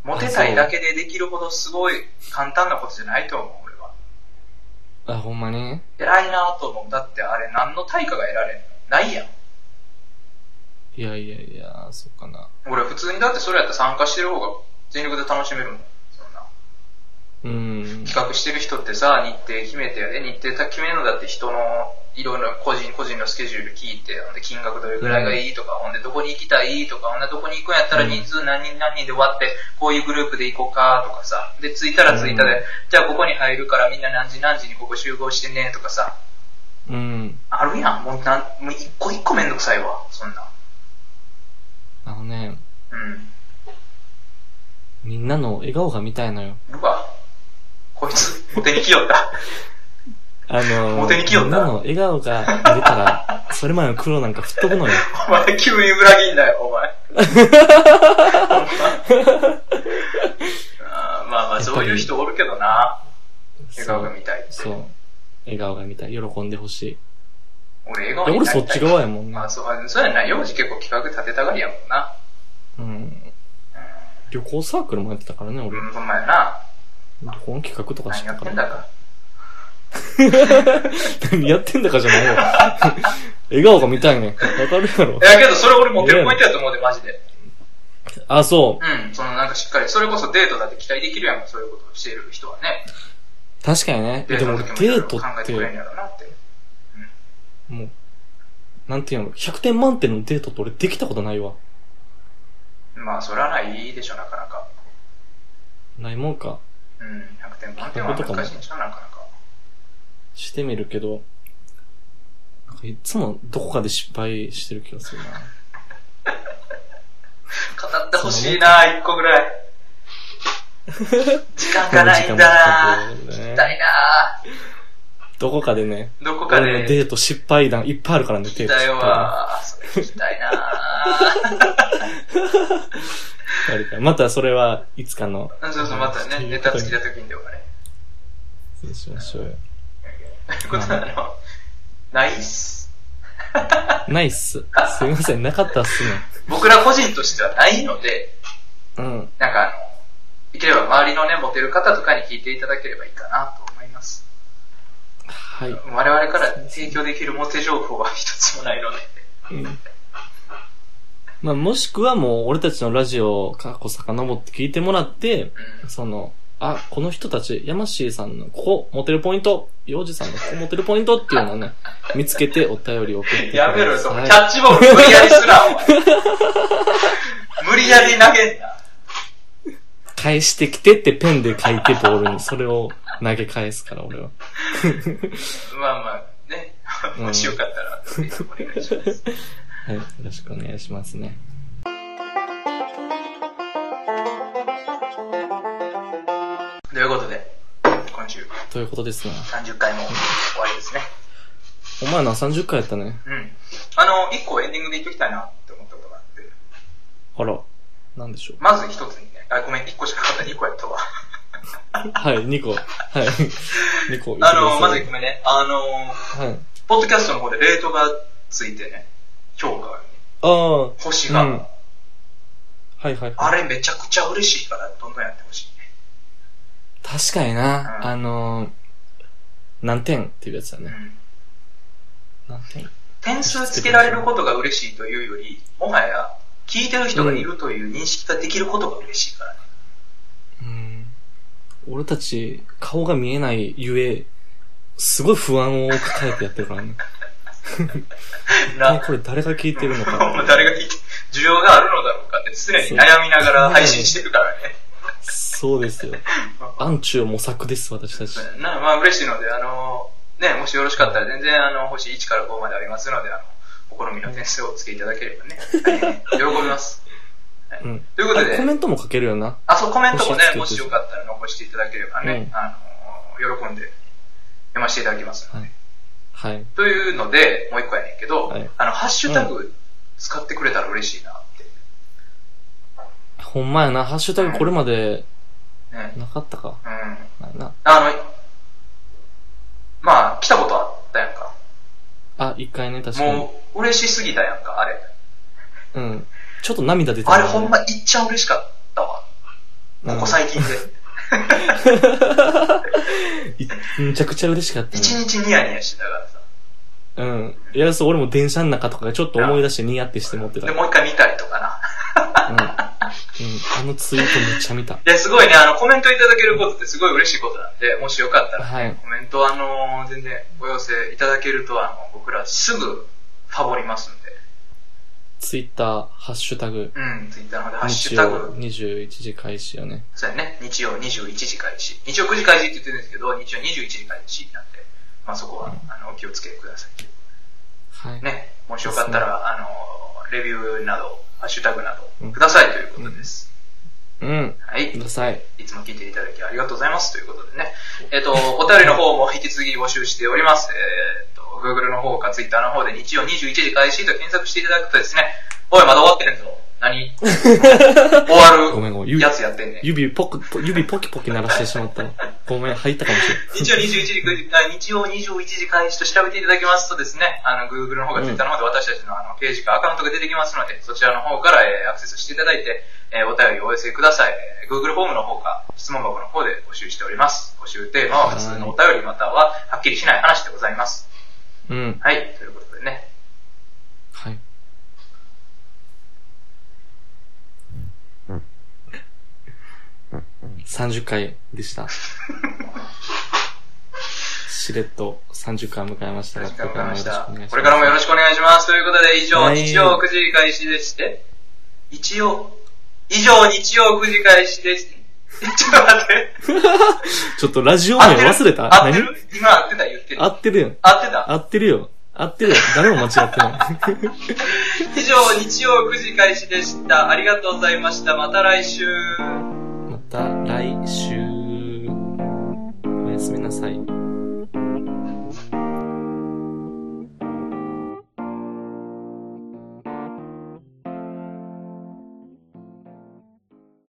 Speaker 2: モテたいだけでできるほどすごい簡単なことじゃないと思う、俺
Speaker 1: あ、
Speaker 2: は。
Speaker 1: ほんまに
Speaker 2: 偉いなと思う。だって、あれ、何の対価が得られんのないやん。
Speaker 1: いやいやいや、そうかな。
Speaker 2: 俺普通にだってそれやったら参加してる方が全力で楽しめるもん。そんな。
Speaker 1: うん。
Speaker 2: 企画してる人ってさ、日程決めてやで、日程決めるのだって人の、いろいろ個人個人のスケジュール聞いて、ほんで金額どれぐらいがいいとか、ほんでどこに行きたいとか、ほんでどこに行くんやったら人数何人何人で終わって、こういうグループで行こうかとかさ、で、着いたら着いたで、
Speaker 1: う
Speaker 2: じゃあここに入るからみんな何時何時にここ集合してねとかさ、
Speaker 1: うん。
Speaker 2: あるやん。もうなん、もう一個一個めんどくさいわ、そんな。
Speaker 1: あのね、
Speaker 2: うん。
Speaker 1: みんなの笑顔が見たいのよ。
Speaker 2: うわ、こいつ、モテに来よった。
Speaker 1: あの、
Speaker 2: モテに来よ
Speaker 1: み
Speaker 2: ん
Speaker 1: ん
Speaker 2: な
Speaker 1: なの笑顔が見れたら、それまでの苦労なんか吹っ飛ぶのよ。
Speaker 2: お前急に裏切んなよ、お前。あー まあまあ、そういう人おるけどな。笑顔が見たい。
Speaker 1: そう。笑顔が見たい。喜んでほしい。
Speaker 2: 俺笑
Speaker 1: で
Speaker 2: 顔
Speaker 1: 俺
Speaker 2: にな
Speaker 1: そ
Speaker 2: り
Speaker 1: ったち
Speaker 2: い。
Speaker 1: 側やもんね
Speaker 2: まあ。そう、あそうやな。幼児結構企画立てたがりやもんな。
Speaker 1: うん。旅行サークルもやってたからね、俺。
Speaker 2: うん、ほんまやな。
Speaker 1: 旅行の企画とかし
Speaker 2: 何
Speaker 1: て
Speaker 2: や
Speaker 1: た
Speaker 2: っ
Speaker 1: か
Speaker 2: てんだ
Speaker 1: ら。
Speaker 2: か。
Speaker 1: 何やってんだかじゃないよ。 笑顔が見たいね。わかるやろ
Speaker 2: い。やけど、それ俺モテるポイントやと思うで、マジで。
Speaker 1: あ、そう。
Speaker 2: うん、そのなんかしっかり、それこそデートだって期待できるやん、そういうことをしてる人はね。
Speaker 1: 確かにね。
Speaker 2: デー
Speaker 1: で
Speaker 2: ト
Speaker 1: も
Speaker 2: の
Speaker 1: デ
Speaker 2: 時もいろい
Speaker 1: ー
Speaker 2: ろ
Speaker 1: ト
Speaker 2: 考え
Speaker 1: って
Speaker 2: くれるん
Speaker 1: て、
Speaker 2: やろなって。
Speaker 1: もう、なんていうの、100点満点のデートって俺できたことないわ。
Speaker 2: まあ、それはないでしょ、なかなか。
Speaker 1: ないもんか。
Speaker 2: うん、100点満点は難しいんちゃう、なかなか。
Speaker 1: してみるけど、なんかいつもどこかで失敗してる気がするな。
Speaker 2: 語ってほしいな、一個ぐら い。時間がないんだな
Speaker 1: 時間もかかるね
Speaker 2: 聞きたいな
Speaker 1: どこかでね、
Speaker 2: どこか
Speaker 1: 俺の
Speaker 2: で
Speaker 1: デート失敗談いっぱいあるからね、
Speaker 2: 聞
Speaker 1: デート
Speaker 2: きたい
Speaker 1: 失敗談。
Speaker 2: わそれ聞きたいな
Speaker 1: あるからまたそれはいつかの、
Speaker 2: そうそう、またね、ネタつきた時にでもね。
Speaker 1: そうしましょうよ。
Speaker 2: ということなの、ないっす。
Speaker 1: ないっす。すいません、なかったっすね。
Speaker 2: 僕ら個人としてはないので、
Speaker 1: うん。
Speaker 2: なんかあの、できれば周りのね、モテる方とかに聞いていただければいいかなと思います。
Speaker 1: はい。
Speaker 2: 我々から提供できるモテ情報は一つもないので。
Speaker 1: うんまあ、もしくはもう、俺たちのラジオを過去遡って聞いてもらって、
Speaker 2: うん
Speaker 1: その、あ、この人たち、ヤマシーさんのここモテるポイント、ヨウジさんのここモテるポイントっていうのをね、見つけてお便りを送ってくだ
Speaker 2: や
Speaker 1: さい。
Speaker 2: めろよ、そのキャッチボール無理やりす ら、お前無理やり投げんな。
Speaker 1: 返してきてってペンで書いてボールに、それを投げ返すから、俺は。
Speaker 2: まあまあ、ね。
Speaker 1: うん
Speaker 2: もしよかったら、ぜひお願いします。
Speaker 1: はい、よろしくお願いしますね。
Speaker 2: ということで、今週
Speaker 1: ということですな。
Speaker 2: 30回も終わりですね。
Speaker 1: お前な、30回やったね。
Speaker 2: うん。あの、一個エンディングで言っときたいなって思ったことがあって、
Speaker 1: あら、なんでしょう。
Speaker 2: まず一つにね、あ、ごめん、一個しかなかった、二個や ったわ。
Speaker 1: はい、2個。 はい。2個。
Speaker 2: あの、まずごめんね、あの、
Speaker 1: はい。
Speaker 2: ポッドキャストの方でレートがついてね、評価がね、
Speaker 1: あ
Speaker 2: 星
Speaker 1: あ、
Speaker 2: が、
Speaker 1: うん。はいはい。
Speaker 2: あれめちゃくちゃ嬉しいから、どんどんやってほしいね。
Speaker 1: 確かに
Speaker 2: うん
Speaker 1: な、あのー、何点っていうやつだ
Speaker 2: う
Speaker 1: ね。
Speaker 2: ん。
Speaker 1: 何点
Speaker 2: 点数つけられることが嬉しいというより、もはや、聞いてる人がいるという認識ができることが嬉しいからね。
Speaker 1: うん。俺たち、顔が見えないゆえ、すごい不安を抱えてやってるからね。
Speaker 2: な、
Speaker 1: えこれ誰が聞いてるの
Speaker 2: もう
Speaker 1: か。
Speaker 2: 誰が聞いて、需要があるのだろうかって常に悩みながら配信してるからね。
Speaker 1: そうです よ。暗中模索です、私たち。
Speaker 2: な、まあ嬉しいので、あの、ね、もしよろしかったら全然、あの、星1から5までありますので、あの、お好みの点数をつけていただけれ ばね、はい喜びます。
Speaker 1: うん。
Speaker 2: ということ
Speaker 1: あコ
Speaker 2: で、
Speaker 1: メントも書けるよな。
Speaker 2: あ、そう、コメントもね
Speaker 1: 星つけ、て
Speaker 2: もしよかったら残していただければね、
Speaker 1: うん
Speaker 2: あの、喜んで読ませていただきますので。
Speaker 1: はい。
Speaker 2: というので、もう一個やねんけど、
Speaker 1: はい
Speaker 2: あの、ハッシュタグ使ってくれたら嬉しいなって。
Speaker 1: ほんまやな、ハッシュタグこれまで
Speaker 2: ね。
Speaker 1: なかったか。
Speaker 2: うん。
Speaker 1: ないな。
Speaker 2: あの、まあ、来たことあったやんか。
Speaker 1: あ、一回ね、確かに。
Speaker 2: もう、嬉しすぎたやんか、あれ。
Speaker 1: うん。ちょっと涙出てた
Speaker 2: あ
Speaker 1: ね
Speaker 2: れほんま、いっちゃん嬉しかったわ。ここ最近で。
Speaker 1: いめちゃくちゃ嬉しかった
Speaker 2: 一
Speaker 1: ね。
Speaker 2: 日ニヤニヤしてたからさ。
Speaker 1: うん。いや、そう、俺も電車の中とかちょっと思い出してニヤってして持ってた。
Speaker 2: で、
Speaker 1: うん。うん
Speaker 2: もう一回見たりとかな。
Speaker 1: あのツイートめっちゃ見た。
Speaker 2: いや、すごいね、あの、コメントいただけることってすごい嬉しいことなんで、もしよかったら、
Speaker 1: はい。
Speaker 2: コメント、あのー全然お寄せいただけると、あの、僕らすぐファボりますんで、
Speaker 1: ツイッター、ハッシュタグ。
Speaker 2: うん、ツイッターの方で、ハッシ
Speaker 1: 日
Speaker 2: ュタ
Speaker 1: 曜
Speaker 2: グ、
Speaker 1: 21時開始よね。
Speaker 2: そうやね、日曜21時開始、日曜9時開始って言ってるんですけど、日曜21時開始なんで、まあそこは、あの、お気をつけくださ
Speaker 1: はい
Speaker 2: い。。ね、もしよかったら、あのーレビューなど、ハッシュタグな
Speaker 1: う
Speaker 2: ど、
Speaker 1: ん
Speaker 2: くださいということです。
Speaker 1: うん。
Speaker 2: はい
Speaker 1: く。ださい。
Speaker 2: いつも聞いていただきありがとうございますということでね。えっ、と、お便りの方も引き続き募集しております。えっ、と、Google の方か Twitter の方で日曜21時開始と検索していただくとですね、おい、まだ終わってるんぞ。 何終
Speaker 1: ごめ
Speaker 2: わ
Speaker 1: んごめん。
Speaker 2: る
Speaker 1: 指
Speaker 2: やつやってんねん。
Speaker 1: 指ポク、ポ指ポキポキ鳴らしてしまったの。ごめん、入ったかもしれない。
Speaker 2: 日曜21時、あ日曜21時開始と調べていただきますとですね、あの、Google の方か
Speaker 1: うん
Speaker 2: Twitter の方で私たちのあのページかアカウントが出てきますので、そちらの方から、えーアクセスしていただいて、えーお便りをお寄せください。えー Google ホームの方か、質問箱の方で募集しております。募集テーマは普通のお便りまたは、はっきりしない話でございます。
Speaker 1: うん。
Speaker 2: はい、ということでね。
Speaker 1: はい。30回でした。しれっと30回迎えました
Speaker 2: お
Speaker 1: が、
Speaker 2: 時間がございました
Speaker 1: これからもよろしくお願いしま。す
Speaker 2: これからもよろしくお願いします。ということで、以上、
Speaker 1: はい
Speaker 2: 日曜9時開始でして、一応、以上、日曜9時開始でして、 ちょっと待って。
Speaker 1: ちょっとラジオ
Speaker 2: 合
Speaker 1: 名
Speaker 2: ってる
Speaker 1: 忘れた
Speaker 2: 合って
Speaker 1: 何
Speaker 2: る今合ってた言ってる。
Speaker 1: 合ってるよ。
Speaker 2: 合ってた。
Speaker 1: 合ってるよ。合ってるよ。誰も間違ってない。
Speaker 2: 以上、日曜9時開始でした。ありがとうございました。また来週。
Speaker 1: また来週。おやすみなさい。